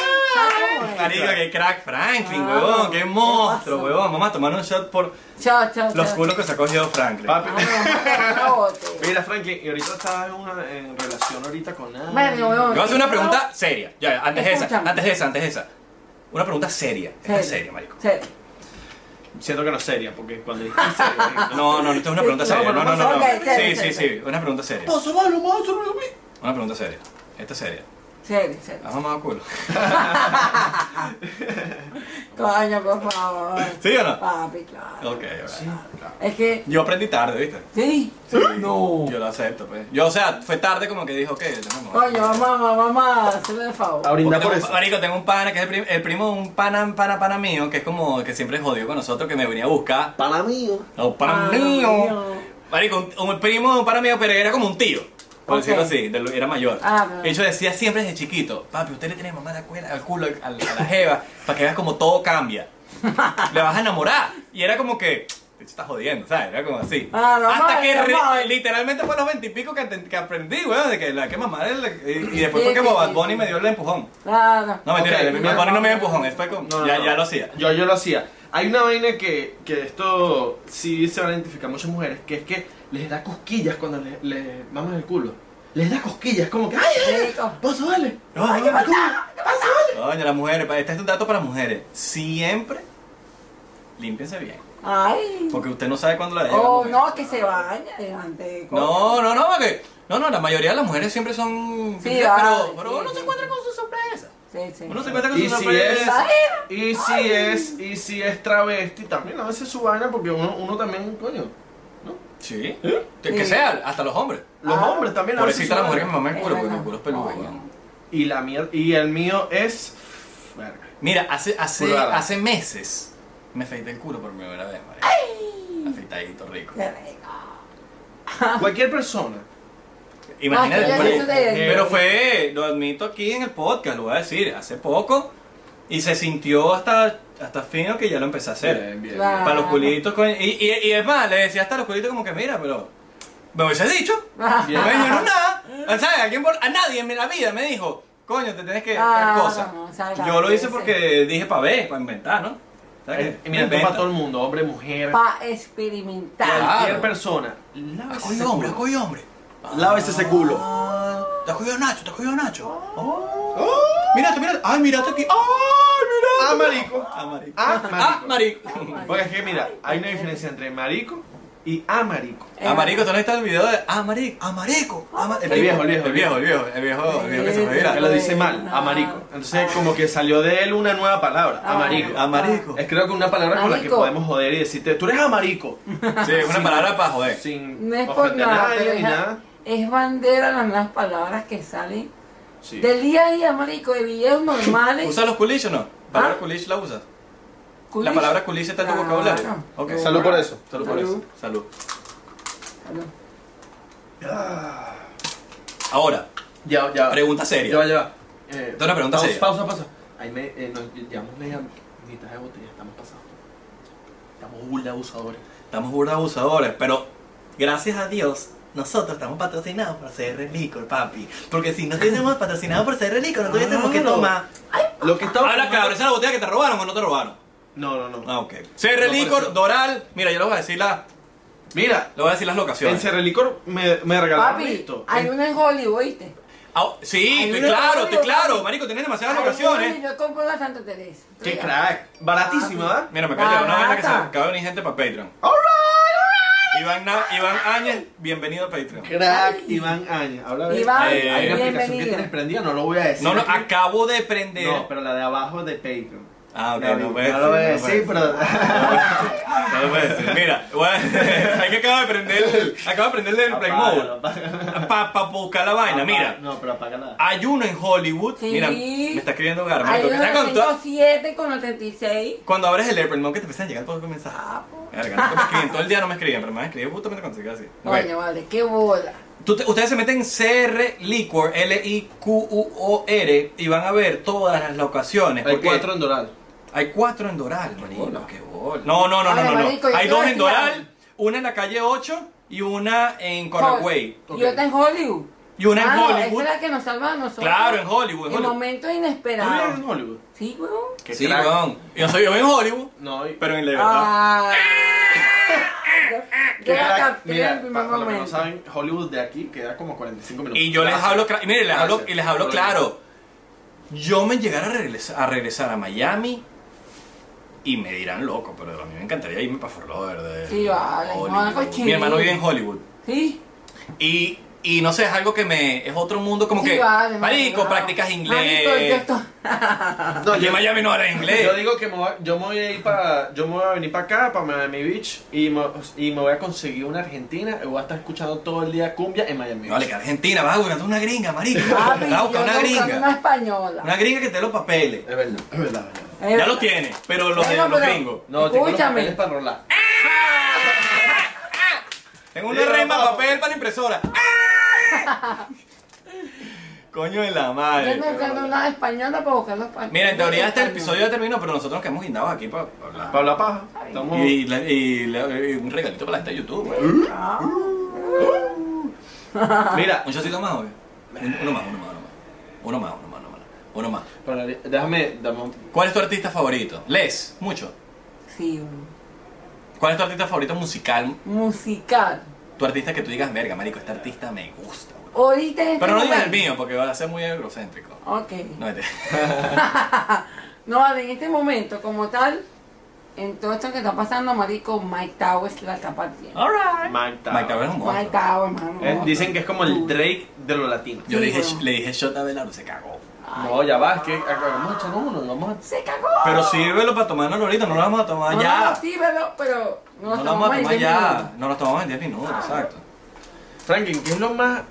Marica, qué crack Franklin,
Ah,
huevón, qué
¿qué
monstruo,
pasó?
huevón. Vamos a tomar un shot por
Chao, chao,
los
chao.
culos que se ha cogido Franklin.
Papi.
Ah, no, no, no, no.
Mira, Franklin, y ahorita estás en, una, en relación ahorita con nadie.
Bueno, huevón,
Yo voy a hacer una
primero-
pregunta seria. Ya, ya, antes de esa,
Escúchame.
antes de esa, antes de esa. Una pregunta seria. Esta es seria, marico.
Serio.
Siento que no es seria, porque cuando dijiste seria, dije,
No, no, no, esto es una pregunta
No,
seria. No,
pero
no, no.
pasa-
no.
ok,
Sí,
seria,
sí,
seria,
sí. Una pregunta seria.
Paso malo, mazo, mazo, mazo.
Una pregunta seria. Esta es seria.
Serio, serio.
¿Has mamado culo?
Coño, por favor.
¿Sí o no?
Papi, claro.
Ok, alright.
Es que,
Yo aprendí tarde, ¿viste?
sí.
No. Yo lo acepto, pues. Yo, o sea, fue tarde como que dijo, ok, yo me
Coño, vamos, vamos, vamos a hacerle el favor.
A brindar por
Porque tengo-
eso.
Marico, tengo un pana que es el, prim- el primo de un pana, pana, pana mío, que es como que siempre jodió con nosotros, que me venía a buscar.
Para mí, ¿no?
No, pana
Pana
mío.
mío.
Marico, un, un primo de un pana mío, pero era como un tío. Por
Ok.
decirlo así, de lo- era mayor.
Ah, pero-
Y yo decía siempre desde chiquito, papi, usted le tiene mamá de cuela, al culo, al- a la jeva, para que veas como todo cambia. le vas a enamorar. Y era como que, te estás jodiendo, ¿sabes? Era como así.
Ah, no,
Hasta
madre,
que re-
madre.
literalmente fue a los veintipico que, te- que aprendí, weón, de que la que mamá y, y después
Sí,
fue que
sí,
Bob
sí,
Bunny
sí.
me dio el empujón.
Claro.
No, mentira,
Ok,
el
no,
mi Bunny
no.
no me dio empujón, es fue como,
No, no,
ya,
no.
ya lo hacía.
Yo, yo lo hacía. Hay una vaina que, que esto sí se van a identificar muchas mujeres, que es que les da cosquillas cuando les le maman el culo. Les da cosquillas, como que, ¡ay, ay, ay!
Rico.
¡Paso, vale!
Ay,
qué
Coño, las mujeres, pa- este es un dato para mujeres. Siempre límpiense bien.
Ay.
Porque usted no sabe cuándo la deja.
Oh, no, que se baña delante.
no, no, no, porque. No, no, la mayoría de las mujeres siempre son.
Sí,
físicas,
vale,
pero, pero
sí,
uno se
sí.
encuentra con su sorpresa.
Sí, sí.
Uno se encuentra con
Y
su
si es-
sorpresa.
Y si es, y si es travesti, también a veces su vaina, porque uno, uno también, coño,
Sí.
Sí.
Que sea, hasta los hombres.
los
Ah.
hombres también a veces
Pobrecita
su
la mujer que me
vaina.
mama el
Es
culo, porque
verdad.
mi culo es peludo.
Ay,
weón.
no.
Y la mía, y el mío es, verga.
Mira, hace, hace,
Pulgada.
hace meses me afeité el culo por primera vez, marico. Afeitadito rico.
Qué rico.
Ah.
Cualquier persona.
Imagínate,
Ah, que ya
pero,
hizo de-
pero fue, lo admito aquí en el podcast, lo voy a decir, hace poco y se sintió hasta, hasta fino que ya lo empecé a hacer.
Bien, bien,
Claro.
Para los culitos, coño, y, y, y es más, le decía hasta los culitos como que mira, pero me hubiese dicho,
Ah,
Pues,
bien.
no me
Bien.
dijeron nada. O sea, alguien por- a nadie en la vida me dijo, coño, te tienes que
Ah,
tal cosa.
no, o sea,
Yo lo hice
sí.
porque dije para ver, para inventar, ¿no? O sea, que
Eh, Y mira, esto
Eh, inventa.
es para todo el mundo, hombre, mujer,
Ah.
Para experimentar.
Claro.
cualquier persona.
Ha
Lávese ese
cogido hombre, ha
culo.
cogido hombre.
Lávese ese culo.
Ah, Te ha cogido Nacho, te ha cogido Nacho. Oh. Mírate, mírate. Ay, mírate aquí. Ay, mírate.
Ah, marico.
Ah, marico.
Ah,
Ah,
marico.
marico.
Porque es que mira, hay una diferencia entre marico y amarico.
Ah, marico, ¿tú no está el video de Ah, marico? Ah, marico. Ah, ma-
El viejo, el viejo,
El viejo, el viejo. El viejo, el viejo que se fue
Que lo
viral.
dice mal, amarico. Entonces como que salió de él una nueva palabra,
Ah.
amarico.
Ah, marico.
Es creo que una palabra con la que
Marico.
podemos joder y decirte, tú eres amarico.
Sí, una palabra para joder.
Sin
No es por
ofender a
nada,
nadie
pero
ni
es,
nada.
es bandera las nuevas palabras que salen
Sí.
del día a día, marico, de videos normales.
¿Usas los culiches o no? ¿Palabra
Ah.
culiche la usas? ¿La
Culish.
palabra culiche está en tu
Claro.
vocabulario? Ok.
Salud por eso.
Ah, Salud por eso. Salud.
Aló.
Ahora,
Ya, ya. va.
pregunta
Ya va,
seria.
ya va. Eh,
Te una pregunta
pausa,
seria.
Pausa, pausa. Ahí me, eh, nos llevamos media mitad de botella, estamos pasados. Estamos burla abusadores.
Estamos burda abusadores, pero gracias a Dios, nosotros estamos patrocinados por CR Licor, papi. Porque si no tuviésemos patrocinados por CR Licor, no tuviésemos que
Claro.
tomar.
Lo que estaba.
Ahora cabrón, esa es la botella que te robaron o no te robaron.
No, no, no.
Ah, ok. CR
No, por eso.
Licor, Doral. Mira, yo les voy a decir la,
Mira,
les voy a decir las
en
locaciones.
Cerrelicor me, me regalaron
Papi,
esto.
hay
En-
una en Hollywood, ¿viste?
Ah, sí,
Hay
estoy
una
claro,
radio,
estoy claro.
papi.
Marico, tenés demasiadas
Hay una
locaciones.
que Yo compro la Santa Teresa.
¡Qué ¿ah?
Oiga.
crack! Baratísima, ¿verdad?
Mira, me acaba de llegar una vaina que se
Barata.
acaba de venir gente para Patreon.
Alright,
Y Iván, Na- Iván Áñez, bienvenido a Patreon.
Crack Iván Áñez. Habla de
Iván,
Hay una aplicación que
bienvenido.
tienes prendida, no lo voy a decir.
No, no,
aquí.
acabo de prender.
No, pero la de abajo de Patreon.
Ah, ok,
La
no
vi-
puede
no lo voy a
ser, no
decir, pero.
No puede ser. Mira, bueno, hay que acabo de prender el, acabo de prender el Play
Apágalo,
Mode para buscar la vaina. Mira,
No, pero apágala.
hay uno en Hollywood.
Sí.
Mira, me está escribiendo Garma.
Hay
que
uno
está con toda-
107 con 86.
Cuando abres el Airplane Mode que te empiezan a llegar todos los mensajes. Ah, verga, no me escriben. Todo el día no me escriben, pero me van a escribir justamente cuando se queda así. Ok.
Coño, vale, qué bola.
Tú te- ustedes se meten en CR Liquor, L-I-Q-U-O-R, y van a ver todas las locaciones.
Hay
porque
cuatro en Doral.
Hay cuatro en Doral, marico. Qué bola. No, no, no, no,
Ahora,
no. no.
marico, yo
Hay
te
dos
voy a
en
decir
Doral,
algo.
una en la calle 8 y una en Coragüey.
Hol- Y otra en Hollywood.
Y una en
Ah, no,
Hollywood.
Esa es la que nos salva a nosotros.
Claro, en Hollywood, en
En
Hollywood.
momentos
¿Tú vives
inesperados.
en Hollywood?
Sí, weón.
Qué
Sí,
crack.
weón. Yo soy yo en Hollywood,
No, y-
pero en la verdad.
Ah. Yo
Qué
la
crack.
capté en
Mira,
el primer
para los que no
momento.
saben, Hollywood de aquí queda como 45 minutos.
Y yo les
Gracias.
hablo, cra- y miren, les hablo, y les hablo
Gracias.
claro. Yo me llegara a regresar, a regresar a Miami y me dirán loco, pero a mí me encantaría irme para Fort Lauderdale.
Sí, vale, no, pues,
Hollywood.
cochino.
Mi hermano vive en Hollywood.
Sí.
Y, y no sé, es algo que me. Es otro mundo, como
sí,
que.
vale,
marico,
no.
practicas inglés.
Marico, yo estoy-
No,
Aquí
yo-
en Miami no hablas inglés.
Yo digo que me voy a- yo me voy a ir para. Yo me voy a venir para acá, para Miami Beach, y me, y me voy a conseguir una argentina y voy a estar escuchando todo el día cumbia en Miami
No, vale,
Beach.
que Argentina, vas a buscar una gringa, marico.
Papi,
Vas a
yo
buscar una
estoy buscando una
gringa.
española.
Una gringa que te dé los papeles.
Es verdad, es verdad, es verdad.
Eh,
Ya los tienes, pero los de
Bueno,
los
pero-
gringos.
No, tengo los
Escúchame.
papeles para rolar.
Tengo una
Sí,
rema de
vamos.
papel para la impresora. ¡Ah! Coño de la
Yo
madre.
estoy buscando una española para buscar los pañuelos.
Mira, en teoría este episodio ya terminó, pero nosotros nos quedamos guindados aquí para hablar.
Pablo Paja, estamos.
Y, la- y la- y un regalito para la gente de YouTube, güey.
Mira,
Un shotcito más, güey. Un- Uno más, uno más, uno más. Uno más, uno más, uno más. Uno más.
para- déjame. dame un-
¿Cuál es tu artista favorito? Les, mucho.
Sí, un
¿Cuál es tu artista favorito musical?
musical.
Tu artista que tú digas, verga, marico, este artista me gusta, güey.
Ahorita en este
Pero no digas el
momento-
mío, porque va a ser muy egocéntrico.
Ok.
No, este. vete.
No, vale, en este momento, como tal, en todo esto que está pasando, marico, Mike Towers la está
Ah,
partiendo.
Alright.
Mike Tower.
Mike Tower es un
Mike
monstruo.
Towers, mano.
Eh, dicen que es como el Drake de los latinos.
Yo le dije,
Sí, bueno.
le dije shot a Belardo, se cagó.
Ay,
No, ya va, es que acá vamos a echar uno, vamos a.
Se cagó.
Pero sírvelo para tomarnos ahorita, no lo vamos a tomar
No,
ya.
no, sí, pero, pero no
No
lo
lo vamos a tomar ya.
entendiendo.
No lo tomamos en 10 minutos, exacto.
Franklin, ¿qué es lo más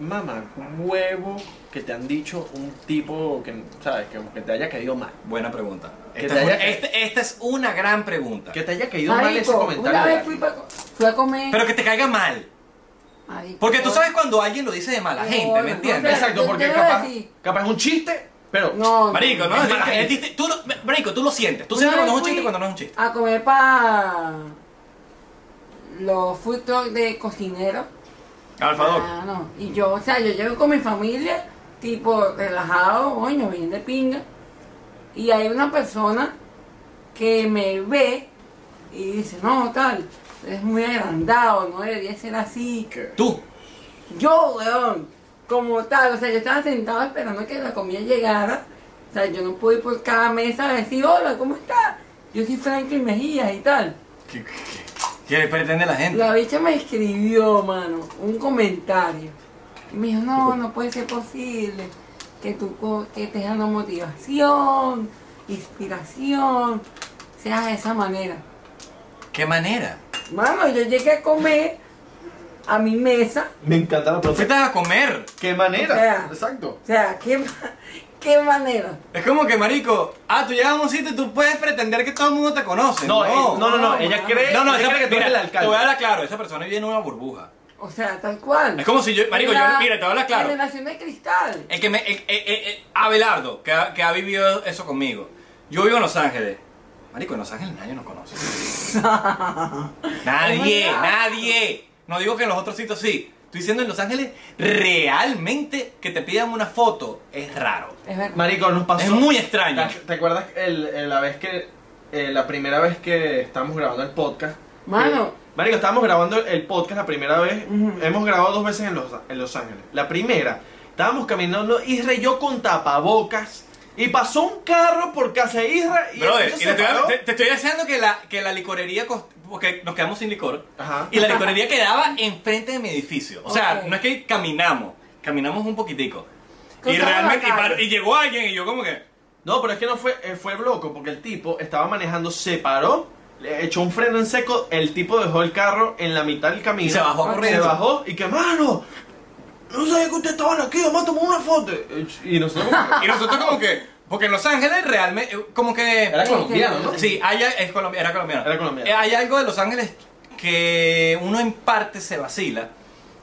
mamá huevo que te han dicho un tipo que, ¿sabes? Que, que te haya caído mal?
Buena pregunta.
Que
Esta
te
es, un-
haya-
este- esta es una gran pregunta.
Que te haya caído mal ese
Marico,
comentario.
una
de
vez fui,
alguien.
pa- fui a comer.
Pero que te caiga mal.
Marico,
Porque tú sabes cuando alguien lo dice de mala gente, ¿me entiendes?
Exacto,
Yo
porque
te
capaz,
voy a decir.
capaz es un chiste, pero.
No, no.
Marico, ¿no?
Es mala
Es
gente.
disti- tú, lo- marico, tú lo sientes. Tú
Una
sientes cuando
vez
es un
fui
chiste y cuando no es un chiste.
A comer para los food truck de cocinero. Ah, no. Y yo, o sea, yo llego con mi familia, tipo relajado, coño, bien de pinga. Y hay una persona que me ve y dice, no, tal, eres muy agrandado, no debería ser así.
Tú.
Yo, weón, como tal, o sea, yo estaba sentado esperando que la comida llegara. O sea, yo no pude ir por cada mesa a decir, hola, ¿cómo estás? Yo soy Franklin Mejía y tal.
¿Qué, qué- qué- qué pretende la gente?
La bicha me escribió, mano, un comentario. Y me dijo, no, no puede ser posible que tú co- que estés dando motivación, inspiración, seas de esa manera.
¿Qué manera?
Mano, yo llegué a comer a mi mesa.
Me encanta la
Fuiste a comer.
¿Qué
O
manera?
sea.
Exacto.
O sea, qué, ma- qué manera.
Es como que, marico, ah, tú llegas a un sitio y tú puedes pretender que todo el mundo te conoce.
No,
No,
eh, no, no, no,
No,
ella
no.
cree,
No, no,
ella
esa,
cree que tú
mira,
eres el
te voy a
alcalde.
dar claro, esa persona vive en una burbuja.
O sea, tal cual.
Es como si yo, marico, yo,
La
mira, te voy a hablar claro.
Generación de cristal.
El que me, el- el- el- el- Abelardo, que ha, que ha vivido eso conmigo. Yo vivo en Los Ángeles. Marico, en Los Ángeles nadie nos conoce. nadie,
Es verdad.
nadie. No digo que en los otros sitios sí. Estoy diciendo en Los Ángeles, realmente que te pidan una foto es raro.
Es verdad.
Marico, nos pasó.
Es muy extraño.
¿Te, te acuerdas el- el- la vez que. eh, la primera vez que estábamos grabando el podcast?
Mano.
Que- Marico, estábamos grabando el podcast la primera vez.
Ujú.
Hemos grabado dos veces en Los, en Los Ángeles. La primera, estábamos caminando Isra y yo con tapabocas. Y pasó un carro por casa de Isra y
Brother,
eso
y
se
te, estoy-
paró.
te- te estoy deseando que la, que la licorería cost- porque nos quedamos sin licor.
Ajá.
Y la licorería quedaba enfrente de mi edificio. O sea,
Ok.
no es que caminamos, caminamos un poquitico. Y
Cruzamos la
realmente, y,
calle.
paró- y llegó alguien y yo como que...
No, pero es que no fue, eh, fue loco, porque el tipo estaba manejando, se paró, le echó un freno en seco, el tipo dejó el carro en la mitad del camino.
Y se bajó
Se
corriendo.
bajó y que, mano, no sabía que ustedes estaban aquí, vamos a tomar una foto. Y nosotros como que-
Y nosotros como que... Porque en Los Ángeles realmente, eh, como que...
Era colombiano, ¿no?
Sí, hay, es colombi- era colombiano.
Era colombiano.
Eh, hay algo de Los Ángeles que uno en parte se vacila,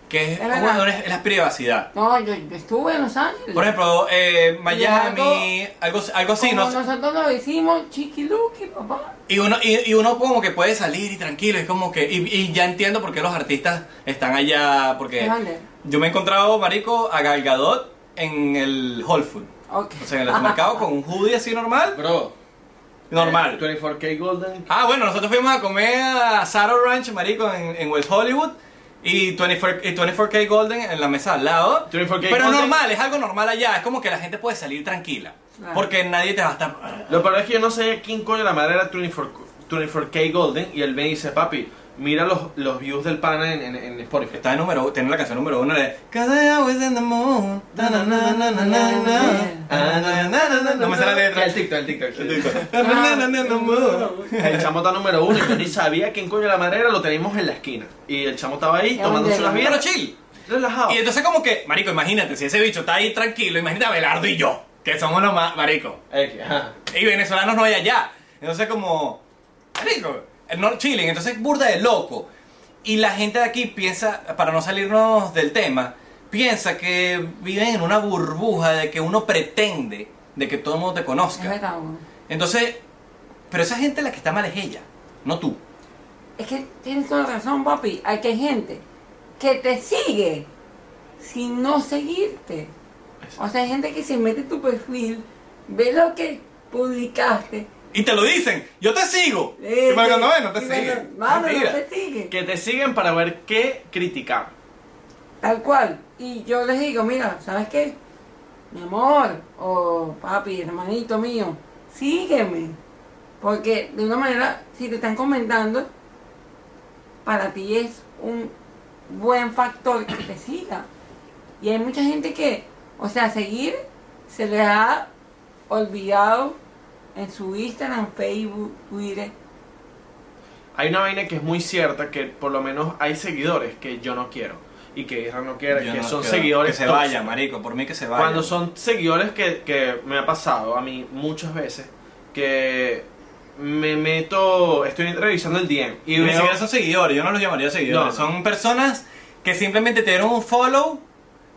que es,
Es verdad.
bueno, es la privacidad.
No, yo, yo estuve en Los Ángeles.
Por ejemplo, eh, Miami,
algo-
algo, algo así,
Como
¿no?
nosotros lo hicimos chiquiluqui, papá.
Y uno, y, y uno como que puede salir y tranquilo, y como que, y, y ya entiendo por qué los artistas están allá, porque
¿En dónde?
yo me he encontrado, marico, a Galgadot en el Whole Food.
Ok.
O sea, en el supermercado con un hoodie así normal,
Bro,
normal.
eh, 24K Golden.
Ah, bueno, nosotros fuimos a comer a Saro Ranch, marico, en, en West Hollywood. Y 24, y 24K Golden en la mesa al lado.
24K
Pero
Golden.
normal, es algo normal allá. Es como que la gente puede salir tranquila.
Claro.
Porque nadie te va a estar...
Lo peor es que yo no sabía quién coño la madre era 24, 24K Golden y él me dice, papi, mira los, los views del pana en, en, en Spotify.
Está en número, tiene la canción número uno de... Cause I always in the moon. na, na, na, na, na, na, na. Ah, na, na, na, na, na. No Ah. me sale la letra.
El TikTok, el TikTok. sí.
Na, na, na, na, na, moon.
El chamo está número uno y yo ni sabía quién coño la madre era, lo teníamos en la esquina. Y el chamo estaba ahí
Ya
tomándose
vendrá.
unas
Pero
birras.
chill.
Relajado.
Y entonces como que, marico, imagínate, si ese bicho está ahí tranquilo, imagínate a Belardo y yo, que somos los más, marico.
Eh, que, ajá.
Y venezolanos no hay allá. Entonces como... Rico. No chilling. Entonces burda de loco. Y la gente de aquí piensa, para no salirnos del tema, piensa que viven en una burbuja de que uno pretende de que todo el mundo te
Es
conozca.
verdad, bueno.
Entonces, pero esa gente la que está mal es ella, no tú.
Es que tienes toda la razón, papi. Hay que hay gente que te sigue sin no seguirte. O sea, hay gente que se mete en tu perfil, ve lo que publicaste.
Y te lo dicen, yo te sigo.
eh,
y bueno, no, no te
y
sigue.
bueno, Mano, no
Mentira.
te sigue.
Que te siguen para ver qué criticar.
Tal cual. Y yo les digo, mira, ¿sabes qué? Mi amor, o papi, hermanito mío, sígueme. Porque de una manera, si te están comentando, para ti es un buen factor que te siga. Y hay mucha gente que, o sea, seguir se les ha olvidado en su Instagram, Facebook, Twitter.
Hay una vaina que es muy cierta, que por lo menos hay seguidores que yo no quiero. Y que Isra no quiere,
Yo
que
no
son
quiero.
seguidores
Que se
tóxicos.
vaya, marico, por mí que se vaya.
Cuando son seguidores que, que me ha pasado a mí muchas veces, que me meto, estoy revisando el DM y
Ni
veo-
siquiera son seguidores, yo no los llamaría seguidores.
No, no.
Son personas que simplemente te dieron un follow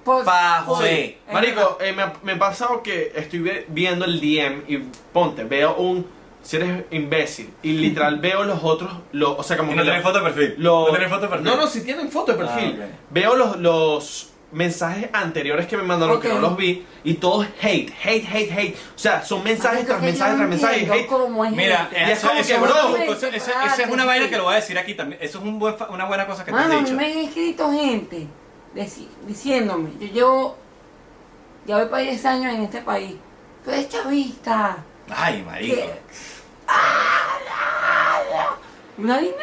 Post-
Pa'
post-
joder.
Es
Marico, eh, me, ha- me ha pasado que estoy ve- viendo el DM y ponte, veo un, si eres imbécil, y literal veo los otros, lo- o sea, como
y
que
no
lo-
tenés foto de perfil.
lo-
No tenés foto de perfil.
No, no, si tienen foto de perfil.
Ah, ok.
Veo los, los mensajes anteriores que me mandaron
Ok.
que no los vi y todos hate, hate, hate, hate. O sea, son mensajes
Marico,
tras
que yo
mensajes
no
tras mensajes,
entiendo
hate.
cómo hay
Mira,
gente.
Y es
eso,
como
eso
que,
es
bro,
una- eso- eso- esa es una vaina que lo voy a decir aquí también. Eso es un buen fa- una buena cosa que te
Mano,
he
a mí
dicho.
me han escrito gente deci- diciéndome, yo llevo, ya voy para 10 años en este país, tú eres chavista,
Ay, marico.
¿Qué? una dinero.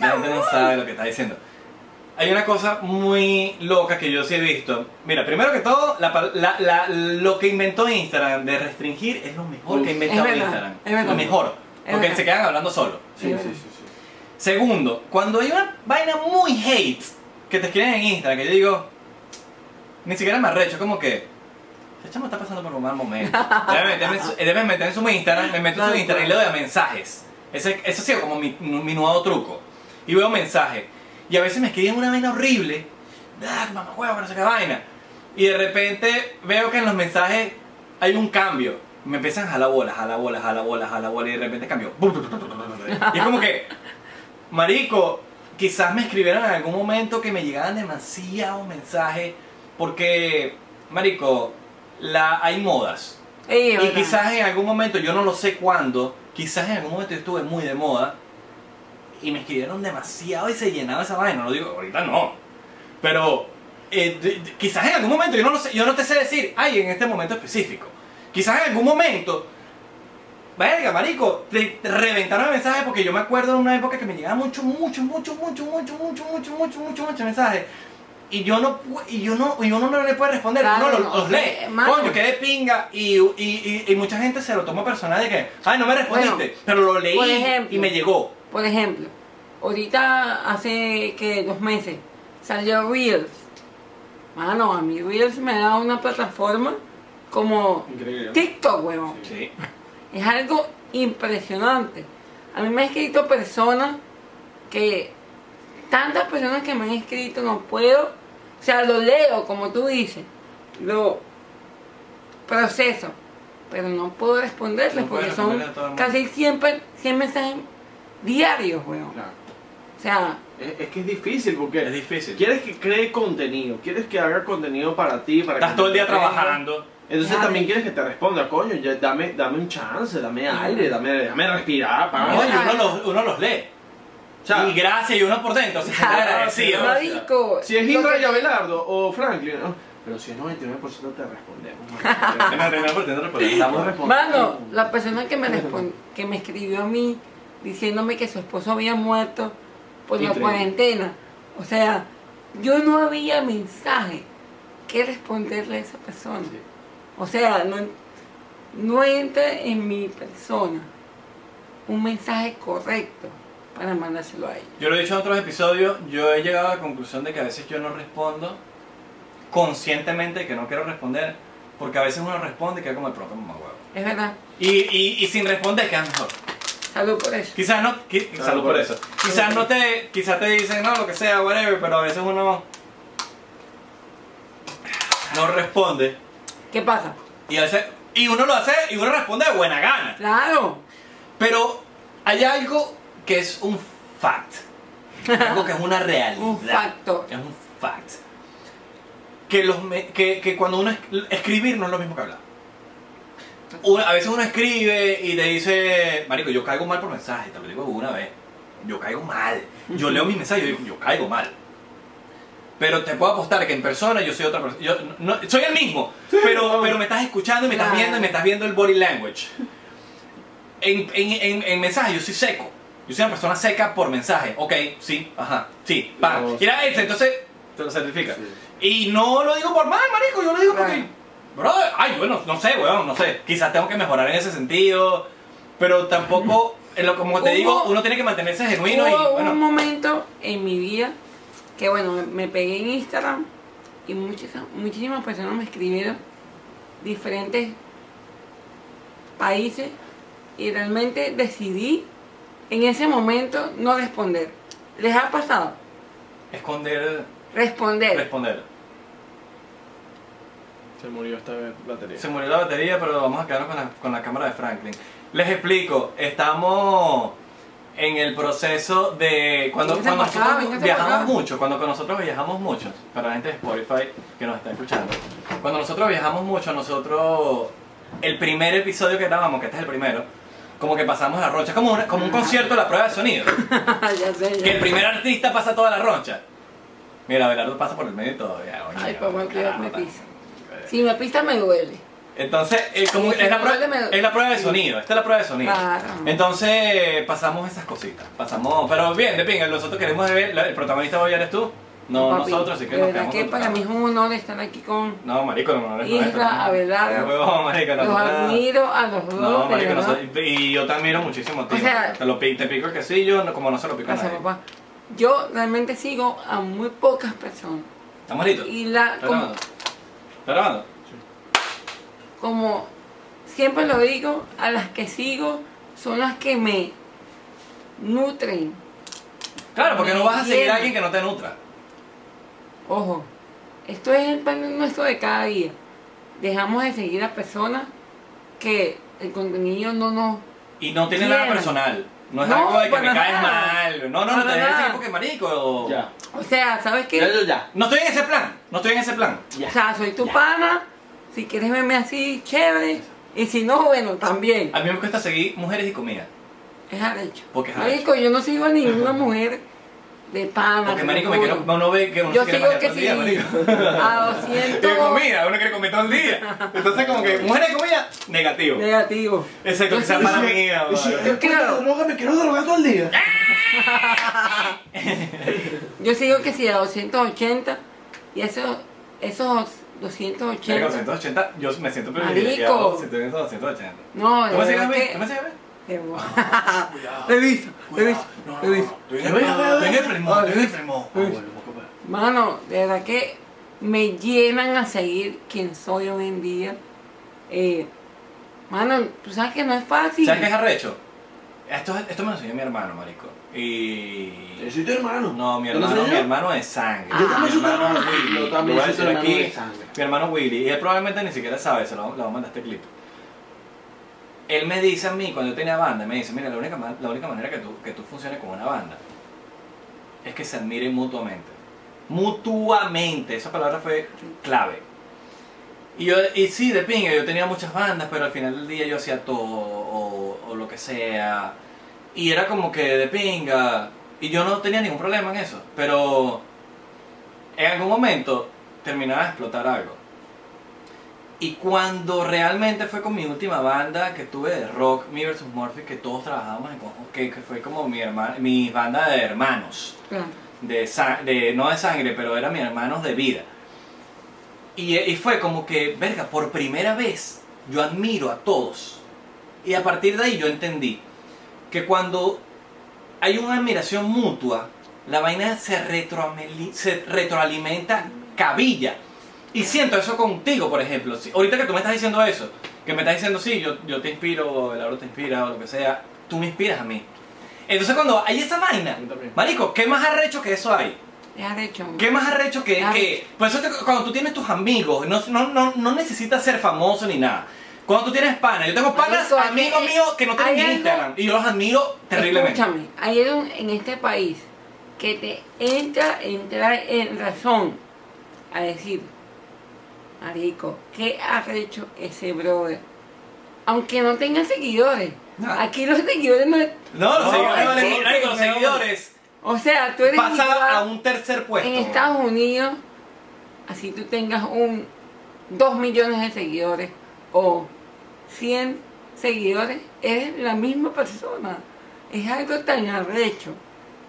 La gente no sabe lo que está diciendo. Hay una cosa muy loca que yo sí he visto. Mira, primero que todo, la pal- la- la- lo que inventó Instagram de restringir es lo mejor que ha inventado
es verdad,
Instagram.
es verdad.
Lo mejor.
Es
Porque
verdad.
se quedan hablando solo.
Sí, sí,
Segundo, cuando hay una vaina muy hate que te escriben en Instagram, que yo digo, ni siquiera me arrecho, como que, este chamo está pasando por un mal momento. Debe meterme, en su- debe meterme en su Instagram, me meto en su Instagram y le doy a mensajes. Ese, ese ha sido como mi, mi nuevo truco. Y veo mensajes. Y a veces me escriben una vaina horrible. Ah, mamá huevo, no sé qué vaina. Y de repente veo que en los mensajes hay un cambio. Me empiezan a jalar bola, jala bola, jala bola, jala bola. Y de repente cambió. Y es como que, Marico, quizás me escribieron en algún momento que me llegaban demasiados mensajes porque, Marico, la, hay modas.
Ey, es
Y
verdad.
quizás en algún momento, yo no lo sé cuándo, quizás en algún momento yo estuve muy de moda y me escribieron demasiado y se llenaba esa vaina. No digo, ahorita no. Pero eh, de- de- quizás en algún momento, yo no, lo sé, yo no te sé decir, ay, en este momento específico. Quizás en algún momento Verga, marico, te te reventaron mensajes porque yo me acuerdo de una época que me llegaban mucho, mucho, mucho, mucho, mucho, mucho, mucho, mucho, mucho, mucho mensajes. Y yo no pu- y yo no, y uno no le puede responder,
Claro,
uno lo-
no,
los lee.
eh, mano.
Coño, qué de pinga. Y, y, y, y mucha gente se lo toma personal de que, ay, no me respondiste,
Bueno,
pero lo leí
por ejemplo.
y me llegó.
Por ejemplo, ahorita hace que dos meses salió Reels. Mano, a mí Reels me da una plataforma como
Increíble.
TikTok, huevón.
Sí.
Es algo impresionante. A mí me han escrito personas que. Tantas personas que me han escrito, no puedo. O sea, lo leo, como tú dices. Lo proceso. Pero no puedo responderles
No puedes
porque son
responderle a todo el mundo.
casi siempre 100 mensajes diarios, weón.
Claro.
O sea,
Es, es que es difícil porque
Es difícil.
quieres que cree contenido, quieres que haga contenido para ti, para
Estás
que
todo el día
te entretenga.
trabajando.
Entonces
Claro.
también quieres que te responda, coño, ya dame, dame un chance, dame aire, dame, dame respirar, pana.
Ah,
No, y uno
Claro.
los, uno los lee.
O sea,
y gracias, y uno por dentro. Se siente
Claro,
agradecido.
marico.
si es
lo
Indra
que-
y Abelardo o Franklin, ¿no? pero si es 99% te respondemos. Estamos respondiendo.
Mano, la persona que me respon- que me escribió a mí diciéndome que su esposo había muerto por la
Increíble.
cuarentena. O sea, yo no había mensaje que responderle a esa persona.
Sí.
O sea, no, no entra en mi persona un mensaje correcto para mandárselo a ella.
Yo lo he dicho en otros episodios, yo he llegado a la conclusión de que a veces yo no respondo conscientemente que no quiero responder, porque a veces uno responde y queda como el propio mamá huevo.
Es verdad.
Y, y, y sin responder queda mejor.
Salud por eso.
Quizás no, qui-
Claro,
salud por
por
eso. Quizás no te, quizás te dicen no, lo que sea, whatever, pero a veces uno no responde.
¿Qué pasa?
Y, a veces- y uno lo hace y uno responde de buena gana.
Claro.
Pero hay algo que es un fact. Algo que es una realidad.
Un factor.
Es un fact. Que, los me- que, que cuando uno es- escribir no es lo mismo que hablar. Uno- a veces uno escribe y te dice, Marico, yo caigo mal por mensaje, te lo digo una vez. Yo caigo mal. Yo leo mis mensajes y yo digo, yo caigo mal. Pero te puedo apostar que en persona yo soy otra persona. Yo, no, soy el mismo, pero, pero me estás escuchando y me estás
Claro.
viendo y me estás viendo el body language. En, en, en, en mensaje yo soy seco. Yo soy una persona seca por mensaje. Ok, sí, ajá, sí, pa.
No,
Mira, este, entonces te lo certifica. Y no lo digo por mal, marico, yo lo digo porque.
Claro.
Bro, ay, bueno, no sé, weón, no sé. Quizás tengo que mejorar en ese sentido. Pero tampoco, en lo- como te
Hubo-
digo, uno tiene que mantenerse genuino y
Hubo un
bueno.
momento en mi vida que, bueno, me pegué en Instagram y muchas, muchísimas personas me escribieron diferentes países y realmente decidí en ese momento no responder. ¿Les ha pasado?
Esconder,
Responder.
responder.
Se murió esta batería.
Se murió la batería, pero vamos a quedarnos con la, con la cámara de Franklin. Les explico, estamos en el proceso de... Cuando,
Véngase
cuando
pa' acá,
nosotros
véngase pa' acá.
viajamos mucho, cuando con nosotros viajamos mucho, para la gente de Spotify que nos está escuchando, cuando nosotros viajamos mucho, nosotros, el primer episodio que grabamos, que este es el primero, como que pasamos la rocha, es como, una- como un concierto de la prueba de sonido,
ya sé,
que el
ya.
primer artista pasa toda la rocha. Mira, Belardo pasa por el medio todavía.
Ay, papá, que me pisa.
Eh.
Si me pisa me duele.
Entonces, eh, como
Sí,
es, la
sí,
prueba,
me-
es la prueba de sonido, esta es la prueba de sonido.
Claro.
Entonces, pasamos esas cositas, pasamos, pero bien, de pinga, nosotros queremos ver, la- el protagonista hoy eres tú, no
Papi,
nosotros, así que
de
nos
verdad
quedamos
que
con tu
para mí es
trabajo.
un honor estar aquí con...
No, marico, no, no eres
Isra,
nuestro, no.
Abelardo.
Huevón, marico,
Los
nosotros-
admiro a los dos,
No,
de
marico,
verdad.
nosotros- y yo te admiro muchísimo a ti,
O sea-
marico. te, lo, pi- te pico el quesillo, no- como no se lo pico a
Gracias,
nadie.
papá. Yo realmente sigo a muy pocas personas.
¿Estamos listos?
Y la,
¿Está
como,
grabando? ¿Está grabando?
como siempre lo digo, a las que sigo son las que me nutren.
Claro, porque no vas a seguir
Bien.
a alguien que no te nutra.
Ojo, esto es el pan nuestro de cada día. Dejamos de seguir a personas que el contenido no nos...
Y no tiene
Bien.
nada personal. No es
No,
algo de que
para
me caes
nada.
mal. No, no, no
Para
te dejes
nada.
decir porque marico.
Ya.
O sea, ¿sabes
Ya,
qué?
ya, ya.
No estoy en ese plan. No estoy en ese plan.
O sea, soy tu pana, si quieres verme así, chévere. Y si no, bueno, también.
A mí me cuesta seguir mujeres y comida.
Es arrecho.
Porque es
Marico, yo no sigo a ninguna mujer. De pana.
Porque,
te
marico,
lo
me quiero,
juro.
uno ve que uno
Yo
se quiere
sigo
bañar
que
todo el
sí.
día, marico.
A
Y
200.
de comida, uno quiere comer todo el día. Entonces, como que, mujer de comida, negativo.
Negativo.
Exacto,
Yo
que sea
sí-
para mía, vale.
Yo creo,
droga, me quiero drogar todo el día.
yo sigo que sí, a 280. Y esos, esos
Marico,
280.
180, yo me siento privilegiado.
Marico.
Si te vienes a 280.
No, de
¿Cómo se
verdad
llama?
que-
¿Cómo se llama?
de verdad.
Eh,
He visto, he visto, he visto.
Tengo el
Ah,
primo, tengo el primo.
Mano, de verdad que me llenan a seguir quien soy hoy en día. Eh, mano, tú sabes que no es fácil.
¿Sabes qué es arrecho? Esto, esto me lo enseñó mi hermano, marico. Y...
soy tu hermano.
No, mi
¿Te lo
hermano, mi
enseñó?
hermano es sangre.
Yo también
mi
soy tu
hermano
hermano.
Willy.
Yo también
Lo voy
soy
a
tu
decir
hermano
aquí,
de sangre.
Mi hermano Willy. Y él probablemente ni siquiera sabe, se lo, le voy a mandar este clip. Él me dice a mí, cuando yo tenía banda, me dice, mira, la única, man- la única manera que tú, que tú funciones con una banda es que se admiren mutuamente. Mutuamente. Esa palabra fue clave. Y, yo, y sí, de pinga, yo tenía muchas bandas, pero al final del día yo hacía todo o, o lo que sea. Y era como que de pinga. Y yo no tenía ningún problema en eso. Pero en algún momento terminaba de explotar algo. Y cuando realmente fue con mi última banda que tuve de rock, Me vs. Morphy, que todos trabajábamos en conjunto, que, que fue como mi, herma- mi banda de hermanos
Claro.
de, sa- de- no de sangre, pero eran mis hermanos de vida. Y, eh, y fue como que, verga, por primera vez yo admiro a todos. Y a partir de ahí yo entendí que cuando hay una admiración mutua, la vaina se, retroameli- se retroalimenta cabilla. Y siento eso contigo, por ejemplo. Si- ahorita que tú me estás diciendo eso, que me estás diciendo, sí, yo, yo te inspiro, el Lauro te inspira, o lo que sea, tú me inspiras a mí. Entonces cuando hay esa vaina, marico, ¿qué más arrecho que eso hay?
Es arrecho.
¿Qué más arrecho que,
Claro.
que por eso te- cuando tú tienes tus amigos, no, no, no, no necesitas ser famoso ni nada. Cuando tú tienes panas, yo tengo panas,
Marico, es
amigos
que
míos que no tienen
hay algo-
Instagram y yo los admiro terriblemente.
Escúchame, hay algo en este país que te entra, entra en razón a decir, Marico, qué arrecho ese brother. Aunque no tenga seguidores.
No.
Aquí los seguidores no.
No, los
No,
seguidores,
es
valen-
que-
marico, los
no.
seguidores
O sea, tú eres igual-
pasa a un tercer puesto.
En Estados Unidos, así tú tengas un 2 millones de seguidores o 100 seguidores, eres la misma persona. Es algo tan arrecho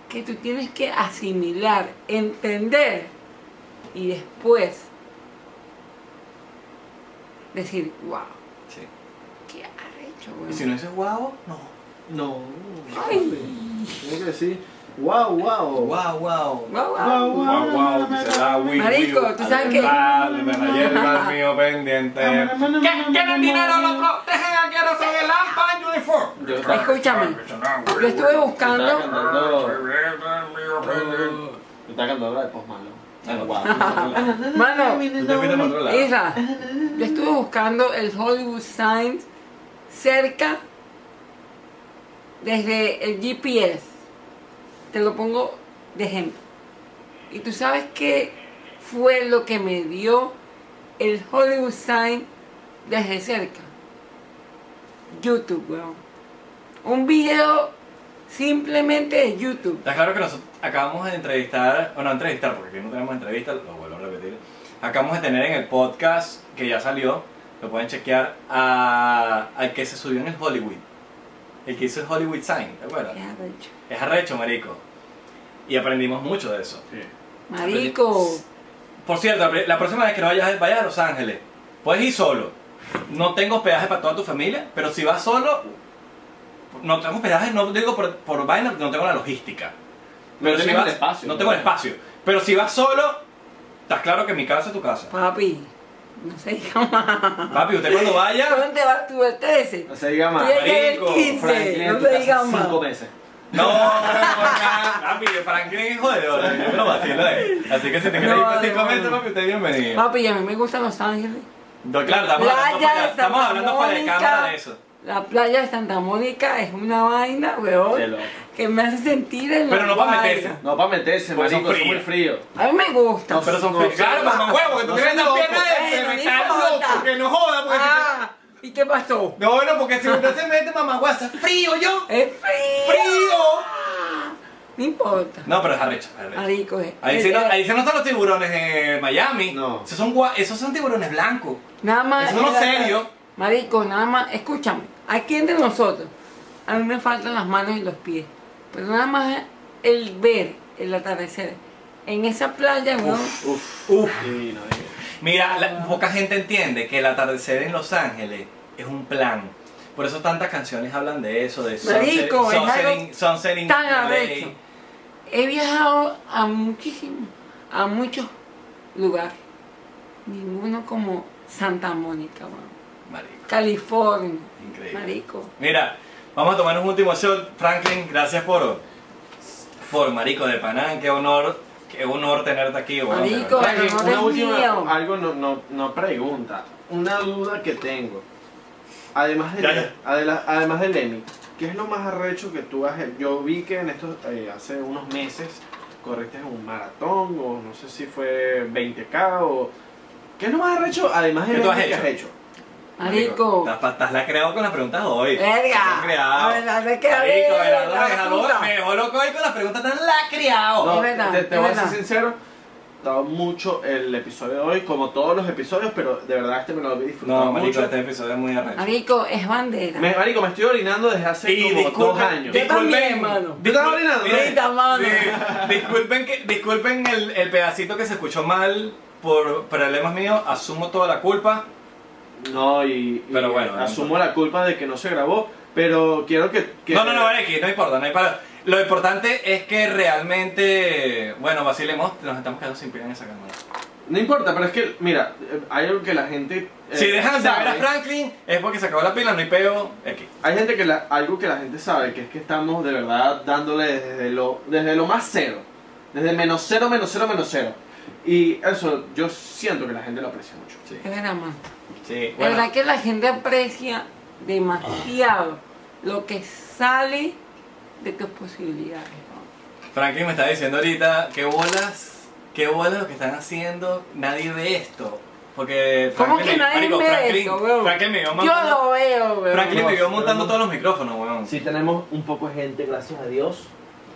que tú tienes que asimilar, entender y después decir, wow,
Sí.
qué arrecho,
Y
güey.
si no dices guau, no.
No.
Ay.
Tiene que decir, wow, wow.
Guau, guau.
Guau, guau.
Guau, guau, guau, que se da
Marico, tú sabes que-
El manager más mío pendiente.
quieren dinero los
protejan aquí ahora son el AMPA uniform.
Escúchame, yo estuve buscando
Está cantando ahora de post malo.
Ah, no.
Mano,
Yo te otro lado.
Isra, yo estuve buscando el Hollywood Sign cerca desde el GPS. Te lo pongo de ejemplo. Y tú sabes qué fue lo que me dio el Hollywood Sign desde cerca. YouTube, weón. Un video simplemente de YouTube.
Está claro que nosotros acabamos de entrevistar, bueno, entrevistar, porque aquí no tenemos entrevista, lo vuelvo a repetir. Acabamos de tener en el podcast que ya salió, lo pueden chequear, a- al que se subió en el Hollywood. El que hizo el Hollywood Sign, ¿te acuerdas?
Qué arrecho.
Es arrecho, marico. Y aprendimos mucho de eso.
Marico,
Por cierto, la próxima vez que no vayas, vayas a Los Ángeles, puedes ir solo. No tengo hospedaje para toda tu familia, pero si vas solo, no tengo hospedaje, no digo por, por vaina, porque no tengo la logística. Pero si
tienes
vas,
el espacio,
no
¿no?
tengo el espacio. Pero si vas solo, estás claro que mi casa es tu casa.
papi, no se diga más.
Papi, usted cuando vaya,
¿Dónde vas tú el 13?
No se diga más.
Yo llegué el
marico,
15, no te digas más.
cinco meses.
no, acá, papi, Franklin es jodedor, yo me lo vacilo, eh. Así que si te quieres ir
No,
por
no,
cinco
no. Ah.
meses, papi, usted es bienvenido.
Papi, a mí me gusta Los Ángeles.
No, claro, estamos hablando,
Playa
para,
de
estamos
Santa
hablando para de
Mónica.
cámara de eso.
La playa de Santa Mónica es una vaina,
De
weón,
loco.
que me hace sentir en la
Pero no pa'
vaina.
meterse.
No, para meterse,
Porque son
marico, es muy
fríos.
frío.
A mí me gusta.
pero son
Pues Claro, mamá huevo, que tú
No
tienes
seas
la
loco.
pierna de
Bueno,
me
no
estás
importa.
loco, que no joda, porque
Ah, ¿y qué pasó?
si te- No, bueno, porque si usted se mete mamá huevo, hace frío yo.
Es frío.
¡Frío!
No importa.
No, pero es arrecho. es arrecho.
Marico, eh.
Ahí sí, no, ahí sí no están los tiburones de Miami.
No.
Esos son, gua- esos son tiburones blancos.
Nada más.
Eso no es serio.
Marico, nada más. Escúchame. Aquí entre nosotros. A mí me faltan las manos y los pies. Pero nada más el ver el atardecer en esa playa, weón.
Uf, divino, divino.
Mira,
Ah.
la- poca gente entiende que el atardecer en Los Ángeles es un plan. Por eso tantas canciones hablan de eso, de sunset,
Marico, es
sunset
algo
in- sunset in
tan
LA.
arrecho. He viajado a muchísimos, a muchos lugares. Ninguno como Santa Mónica, weón.
Marico,
California.
increíble.
Marico.
Mira, vamos a tomarnos un último shot. Franklin, gracias por, por Marico de Panam. Qué honor, qué honor tenerte aquí. weón, de
Marico,
verdad.
el honor
una
es mío.
última, algo no, no, no pregunta, una duda que tengo. Además de,
Ya, ya.
adela- además de Lenny, ¿qué es lo más arrecho que tú has hecho? Yo vi que en estos, eh, hace unos meses corriste en un maratón o no sé si fue 20k o... ¿Qué es lo más arrecho además de
¿Qué tú
Lenny
has
que has hecho?
Marico.
Estás, estás la creado con las preguntas hoy.
Verga.
Estás creado.
La verdad es que
Marico,
la
¿verdad?
verdad,
Déjalo,
puta.
me dejó loco hoy con las preguntas tan lacriado.
No,
es verdad,
te, te
es
voy a
verdad.
ser sincero, he dado mucho el episodio de hoy, como todos los episodios, pero de verdad este me lo he disfrutado
No, marico,
mucho.
este episodio es muy arrecho.
Marico, es bandera.
Me, marico, me estoy orinando desde hace
Y
como dos
disculpen,
años.
Yo
disculpen,
también, mano.
¿Tú estás orinando?
Ahorita, mano.
di- disculpen, que, disculpen el, el pedacito que se escuchó mal por problemas míos. Asumo toda la culpa.
No, y, y
Pero bueno,
asumo la culpa de que no se grabó, pero quiero que... que-
No, no, no, X, no importa, no hay para. Lo importante es que realmente, bueno, vacilemos, nos estamos quedando sin pila en esa cámara.
No importa, pero es que, mira, eh, hay algo que la gente... eh,
si dejan de ver a
sabe.
Franklin, es porque se acabó la pila, no hay peo, X.
Hay gente que la- algo que la gente sabe, que es que estamos de verdad dándole desde lo, desde lo más cero. Desde menos cero, menos cero, menos cero. Y eso, yo siento que la gente lo aprecia mucho.
Sí,
Es verdad, mano.
sí,
La
bueno.
verdad que la gente aprecia
Ah.
demasiado lo que sale de tus posibilidades. ¿no?
Franklin me está diciendo ahorita, qué bolas, qué bolas lo que están haciendo, nadie ve esto. Porque
¿Cómo
Franklin
que
me-
nadie
marico,
ve
Franklin,
eso, weón?
Franklin me vio
Yo
montando,
lo veo, weón.
Franklin me vio
Pero-
montando todos los micrófonos, weón.
Sí tenemos un poco de gente, gracias a Dios,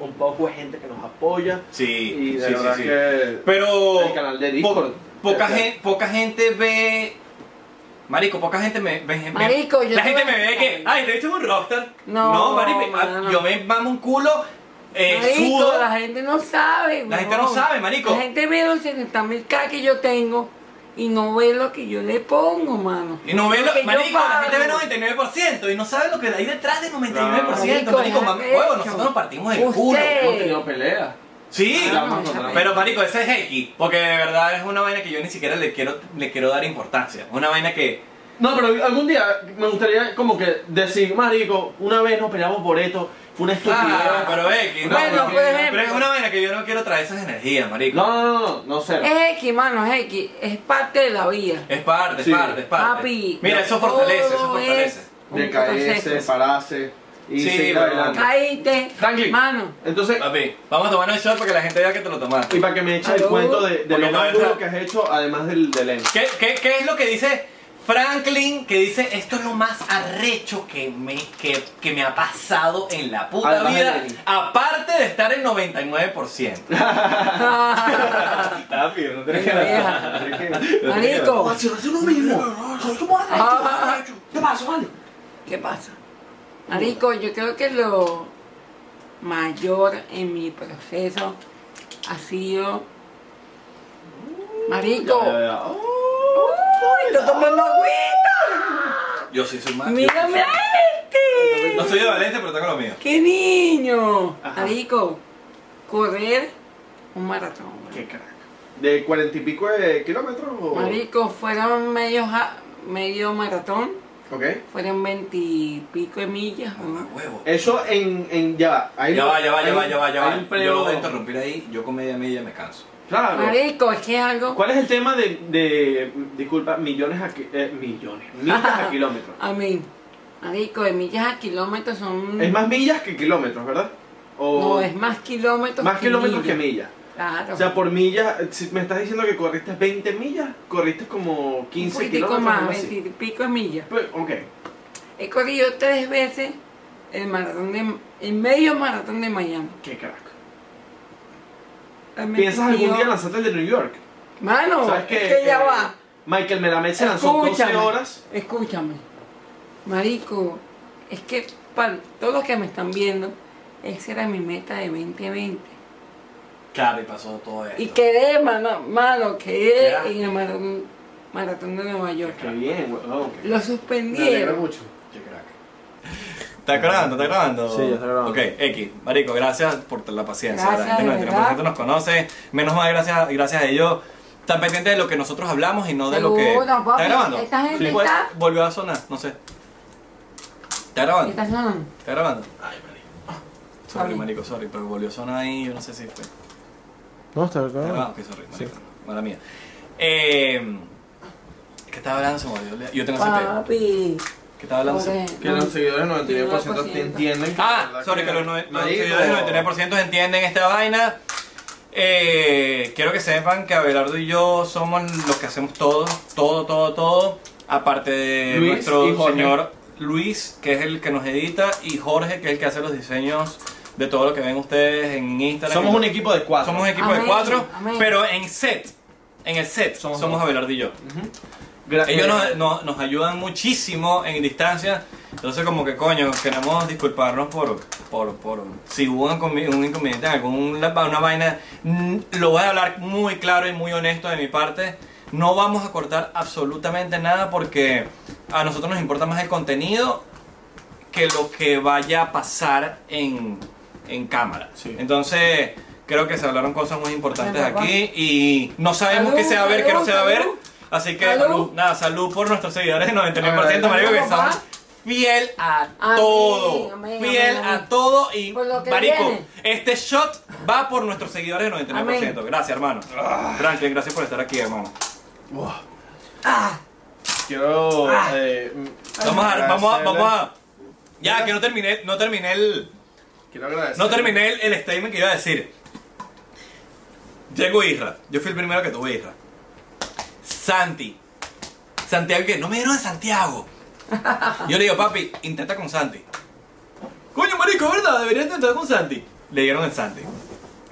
un poco de gente que nos apoya. Y
Sí,
de
sí, sí,
verdad
sí.
que...
Pero
El canal de Discord.
poca,
Perfecto.
gente, poca gente ve. Marico, poca gente me ve. me-
Marico, yo
La
te
gente
voy
me
a
ve
explicar.
que. Ay, te he un rockstar.
No,
marico. ah,
mano.
Yo me mamo un culo. Eh,
Marico,
sudo.
la gente no sabe,
La gente no
weón.
sabe, marico.
La gente ve los 70 mil K que yo tengo y no ve lo que yo le pongo, mano.
Y no ve lo,
Porque yo
marico, la gente
pago.
ve 99% y no sabe lo que hay detrás del 99%.
Marico,
marico,
es
mami,
arrecho.
huevo, nosotros nos partimos el culo.
Usted.
Hemos tenido peleas.
Sí,
Ah,
Vamos a encontrar-
pero marico, ese es X, porque de verdad es una vaina que yo ni siquiera le quiero, le quiero dar importancia. Una vaina que,
No, pero algún día me gustaría como que decir, marico, una vez nos peleamos por esto, fue una estupidez.
Ah, pero X, no,
Bueno,
no,
por ejemplo.
pero es una vaina que yo no quiero traer esas energías, marico.
No, no, no, no, no sé.
Es X, mano, es X. Es parte de la vida.
Es parte, es
Sí.
parte, es parte.
Papi,
Mira, eso fortalece, eso
todo
fortalece.
es un
De caerse,
proceso.
pararse y
Sí,
seguir
bueno. Ah.
adelante.
Caíste,
Franklin.
mano.
Entonces,
Papi, vamos a tomar un shot para que la gente vea que te lo
y
tomaste.
para que me eches el
Aló.
cuento de, de
Porque
lo
no
más
entra-
duro que has hecho, además del, del M.
¿Qué, qué, qué es lo que dice Franklin? Que dice, esto es lo más arrecho que me, que, que me ha pasado en la puta
Además de
vida.
Lenny.
Aparte de estar en 99%. Papi, no tenés
Venga, vieja. Marico,
Si hace Ah, lo mismo. Soy como
Ah.
arrecho. ¿Qué pasa, vale?
¿qué pasa? Marico, yo creo que lo mayor en mi proceso ha sido. Marico.
Oh.
¡Uy! ¡Está tomando agüita!
Yo sí soy más.
¡Mírame a este!
No soy de Valencia, pero tengo lo mío.
¡Qué niño! Marico, correr un maratón. weón.
Qué crack. De cuarenta y pico de kilómetros o.
Marico, fueron medio, ja- medio maratón,
Ok.
fueron veintipico de millas.
Ah,
¿no?
Huevo.
Eso en, en. Ya va. Ahí
Ya
no-
va, ya va, ya
ahí-
va, ya va, ya va.
ahí un
Yo
preo-
lo voy a interrumpir ahí. Yo con media media me canso.
Claro.
Marico, es que es algo
¿Cuál es el tema de, de disculpa, millones a ki- eh, millones, millas a kilómetros?
A mí, marico, de millas a kilómetros son...
Es más millas que kilómetros, ¿verdad? O
No, es más kilómetros
más kilómetros que
millas.
millas.
Claro.
O sea, por millas, eh, si me estás diciendo que corriste 20 millas, corriste como
Un
15
poquitico
kilómetros.
más,
algo así.
veintipico de millas.
Pues, ok,
He corrido tres veces el maratón de... el medio maratón de Miami.
qué crack.
totalmente.
¿Piensas algún
tío.
día lanzarte el de New York?
Mano,
¿Sabes
es
qué?
que ya
Eh,
va.
Michael Melamed se lanzó 12 horas.
Escúchame. Marico, es que para todos los que me están viendo, esa era mi meta de 2020.
Claro, y pasó todo esto.
Y quedé, mano, mano quedé
Ya.
en el maratón, maratón de Nueva York.
Qué bien, weón.
Lo
Me alegra
suspendieron.
mucho.
Qué crack. ¿Está grabando? ¿Está grabando?
Sí, ya está grabando.
Ok, X, Marico, gracias por la paciencia.
Gracias,
la
de
gente,
verdad.
99% nos conoce. Menos mal, gracias, gracias a ellos. Están pendientes de lo que nosotros hablamos y no de lo que.
Seguro,
¿Está
papi,
grabando?
esta gente
Sí, pues,
está-
Volvió a sonar, no sé. ¿Está grabando?
Esta semana.
¿Está grabando? Ay, Marico.
Ah,
Sorry,
Papi.
Marico, sorry, pero volvió a sonar ahí, yo no sé si fue.
No, está
Ah, ok, sorry, marico. Mala mía. Eh, ¿Qué estaba hablando? Se me olvidó. Yo tengo
Ah.
ese tema.
Papi.
¿Qué estaba hablando?
pobre,
Que los seguidores del 99%
99%
te entienden. que la
Ah,
verdad
sorry, que los noven- los
Marico.
seguidores del 99% entienden esta vaina. Eh, quiero que sepan que Abelardo y yo somos los que hacemos todo, todo, todo, todo. Aparte de
Luis y
nuestro
Jorge.
señor Luis, que es el que nos edita, y Jorge, que es el que hace los diseños de todo lo que ven ustedes en Instagram.
Somos
Y-
un equipo de cuatro.
Somos un equipo de
Amén,
cuatro,
amén.
pero en set, en el set,
Somos
somos,
dos.
Abelardo y yo.
Gra-
Ellos nos, nos- nos ayudan muchísimo en distancia. Entonces, como que coño, queremos disculparnos por. por, por si hubo un, inconvi- un inconveniente, alguna una vaina. mm, Lo voy a hablar muy claro y muy honesto de mi parte. No vamos a cortar absolutamente nada porque a nosotros nos importa más el contenido que lo que vaya a pasar en, en cámara.
Sí.
Entonces, creo que se hablaron cosas muy importantes
Bueno,
aquí y no sabemos qué
Salud,
se va a ver, qué no
salud,
se va a ver.
salud.
Así que,
Salud.
salud, nada, salud por nuestros seguidores del 99%, marico, que
Salud, papá.
son fiel a
Amén,
todo.
amén,
fiel
amén, amén.
a todo y,
Por lo que
marico,
viene.
este shot va por nuestros seguidores del 99%. Gracias, hermano. Franklin, gracias por estar aquí, hermano.
Ah,
Quiero. eh, mm,
Ah. Vamos a, vamos a,
agradecerle-
vamos a... Ya, que no terminé, no terminé el...
Quiero agradecer.
No terminé el, el statement que iba a decir. Llegó Isra. Yo fui el primero que tuve Isra. Santi. Santiago, ¿qué? No me dieron de Santiago. Yo le digo, papi, intenta con Santi. Coño, marico, ¿verdad? Debería intentar con Santi. Le dieron el Santi.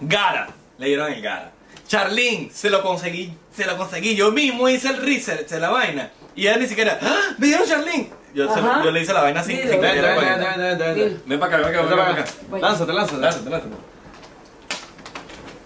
Gara. Le dieron el Gara. Charlene, se lo conseguí, se lo conseguí. Yo mismo hice el research de la vaina. Y él ni siquiera, ¡Ah! ¡Me dieron Charlene! Yo, se lo-
Ajá.
yo le hice la vaina sin,
Sí,
sin
lo
que
vi.
me diera
Ven,
cuenta.
ven, ven, ven, ven, ven.
Ven para acá, ven para acá, ven para acá.
Voy.
Lánzate, lánzate, lánzate. lánzate.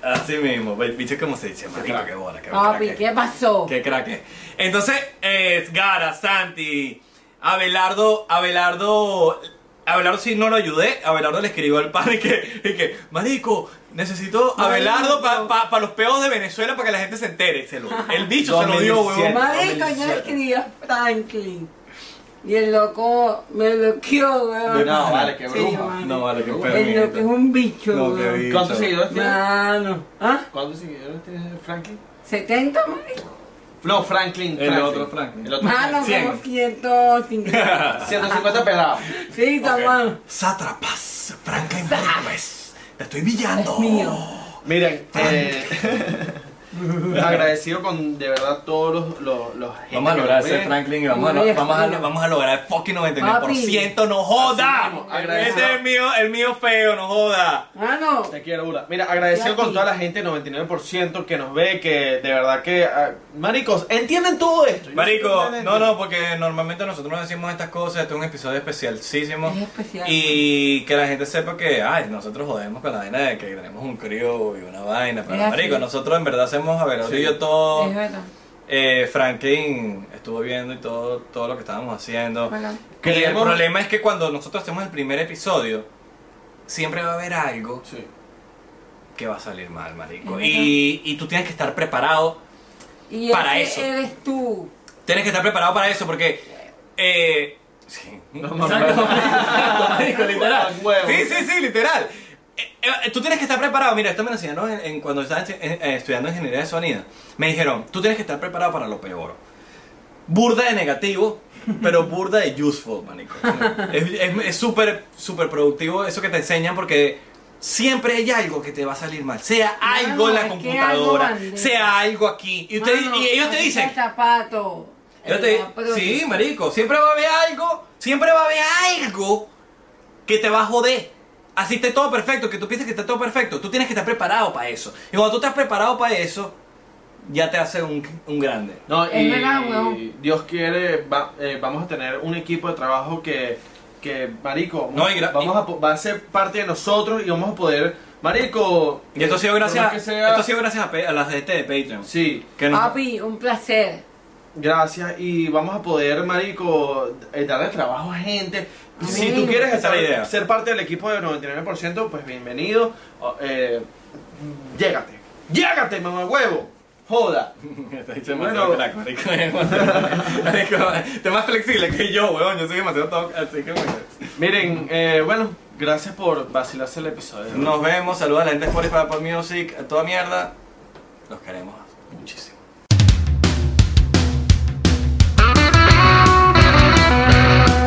Así mismo, ve- viste cómo se dice, marico, qué bola, qué bola.
Papi, ¿qué pasó?
Qué crack. es. Entonces, eh, Gara, Santi, Abelardo, Abelardo, Abelardo sí no lo ayudé, Abelardo le escribió al pan y que, y que marico, necesito Abelardo para los peos de Venezuela para que la gente se entere. Se lo- el bicho se lo dio,
2007.
huevón.
Marico, yo le escribí a Franklin. Y el loco me bloqueó, weón.
No, vale, qué
Sí,
bruja.
mano.
No, vale, qué
El loco es
pedo.
un bicho,
No, qué
weón.
bicho.
¿Cuántos seguidores tienes?
Mano. ¿Ah?
¿Cuántos seguidores tienes, Franklin?
70, marico.
No, Franklin.
El
Franklin.
otro Franklin.
El otro
Mano,
Franklin.
como 150.
150 pelados.
Sí, está mano.
Sátrapas, Franklin Gómez, te estoy villando.
Es mío.
Miren, eh, agradecido con de verdad todos los, los, los gente
Vamos a
que nos
lograr
ve.
ser Franklin y vamos a,
Oye,
lo- vamos, a,
coño.
vamos a lograr el fucking 99%, no
Así
joda.
mismo, agradecido.
Este es el mío, el mío feo, no joda.
Mano.
Te quiero, Ura. Mira, agradecido
Ya
con
sí.
toda la gente, 99% que nos ve, que de verdad que... ah, maricos, entienden todo esto. Yo sé que
Marico,
entienden
no,
esto.
no, porque normalmente nosotros nos decimos estas cosas, este es un episodio especialísimo.
Es especial. pues.
Y que la gente sepa que, ay, nosotros jodemos con la vaina de que tenemos un crío y una vaina, pero
Es así.
marico, nosotros en verdad hacemos a ver,
Sí.
yo todo.
Es verdad.
Eh, Franklin estuvo viendo y todo, todo lo que estábamos haciendo.
Bueno.
Y el
Creemos-
problema es que cuando nosotros hacemos el primer episodio, siempre va a haber algo
Sí.
que va a salir mal, marico.
Es
Y, y tú tienes que estar preparado.
Y
Para
ese
eso.
eres tú.
Tienes que estar preparado para eso porque... Eh, sí.
mames.
Marico, literal.
A huevo.
Sí, sí, sí, literal. Eh, eh, tú tienes que estar preparado. Mira, esto me lo enseñaron en, en- cuando estaba en- en- eh, estudiando ingeniería de sonido. Me dijeron, tú tienes que estar preparado para lo peor. Burda de negativo, pero burda de useful, manico. Es es- es súper, súper productivo eso que te enseñan porque siempre hay algo que te va a salir mal. Sea algo en la
Mano, es que algo
computadora,
bandeja.
sea algo aquí. Y, ustedes-
Mano,
y ellos te
aquí está
dicen,
El zapato. Eh,
yo
El
te-
zapato.
sí, marico, siempre va a haber algo, siempre va a haber algo que te va a joder. Así esté todo perfecto, que tú pienses que está todo perfecto. Tú tienes que estar preparado para eso. Y cuando tú estás preparado para eso, ya te hace un, un grande.
No,
Es
y
verdad, weón.
Dios quiere, va- eh, vamos a tener un equipo de trabajo que, que marico,
No, y gra-
vamos a, po- va a ser parte de nosotros y vamos a poder, marico.
Y esto ha sido
por más
gracias,
que sea-
esto ha sido gracias a, pe- a las gente de Patreon.
Sí,
Que nos-
Papi, un placer.
gracias y vamos a poder, marico, eh, darle trabajo a gente. Si tú
Amén.
quieres
Esa es la
estar-
idea.
ser parte del equipo del 99%, pues bienvenido. Oh, eh, llégate, llégate, mamá huevo. Joda.
Está dicho demasiado
Bueno.
crack, marico. Marico, Está más flexible que yo, weón. Yo soy demasiado top, así que bueno.
Miren, eh, bueno, gracias por vacilarse el episodio.
Nos vemos, saludos a la gente de Spotify, Apple Music, a toda mierda. Los queremos muchísimo.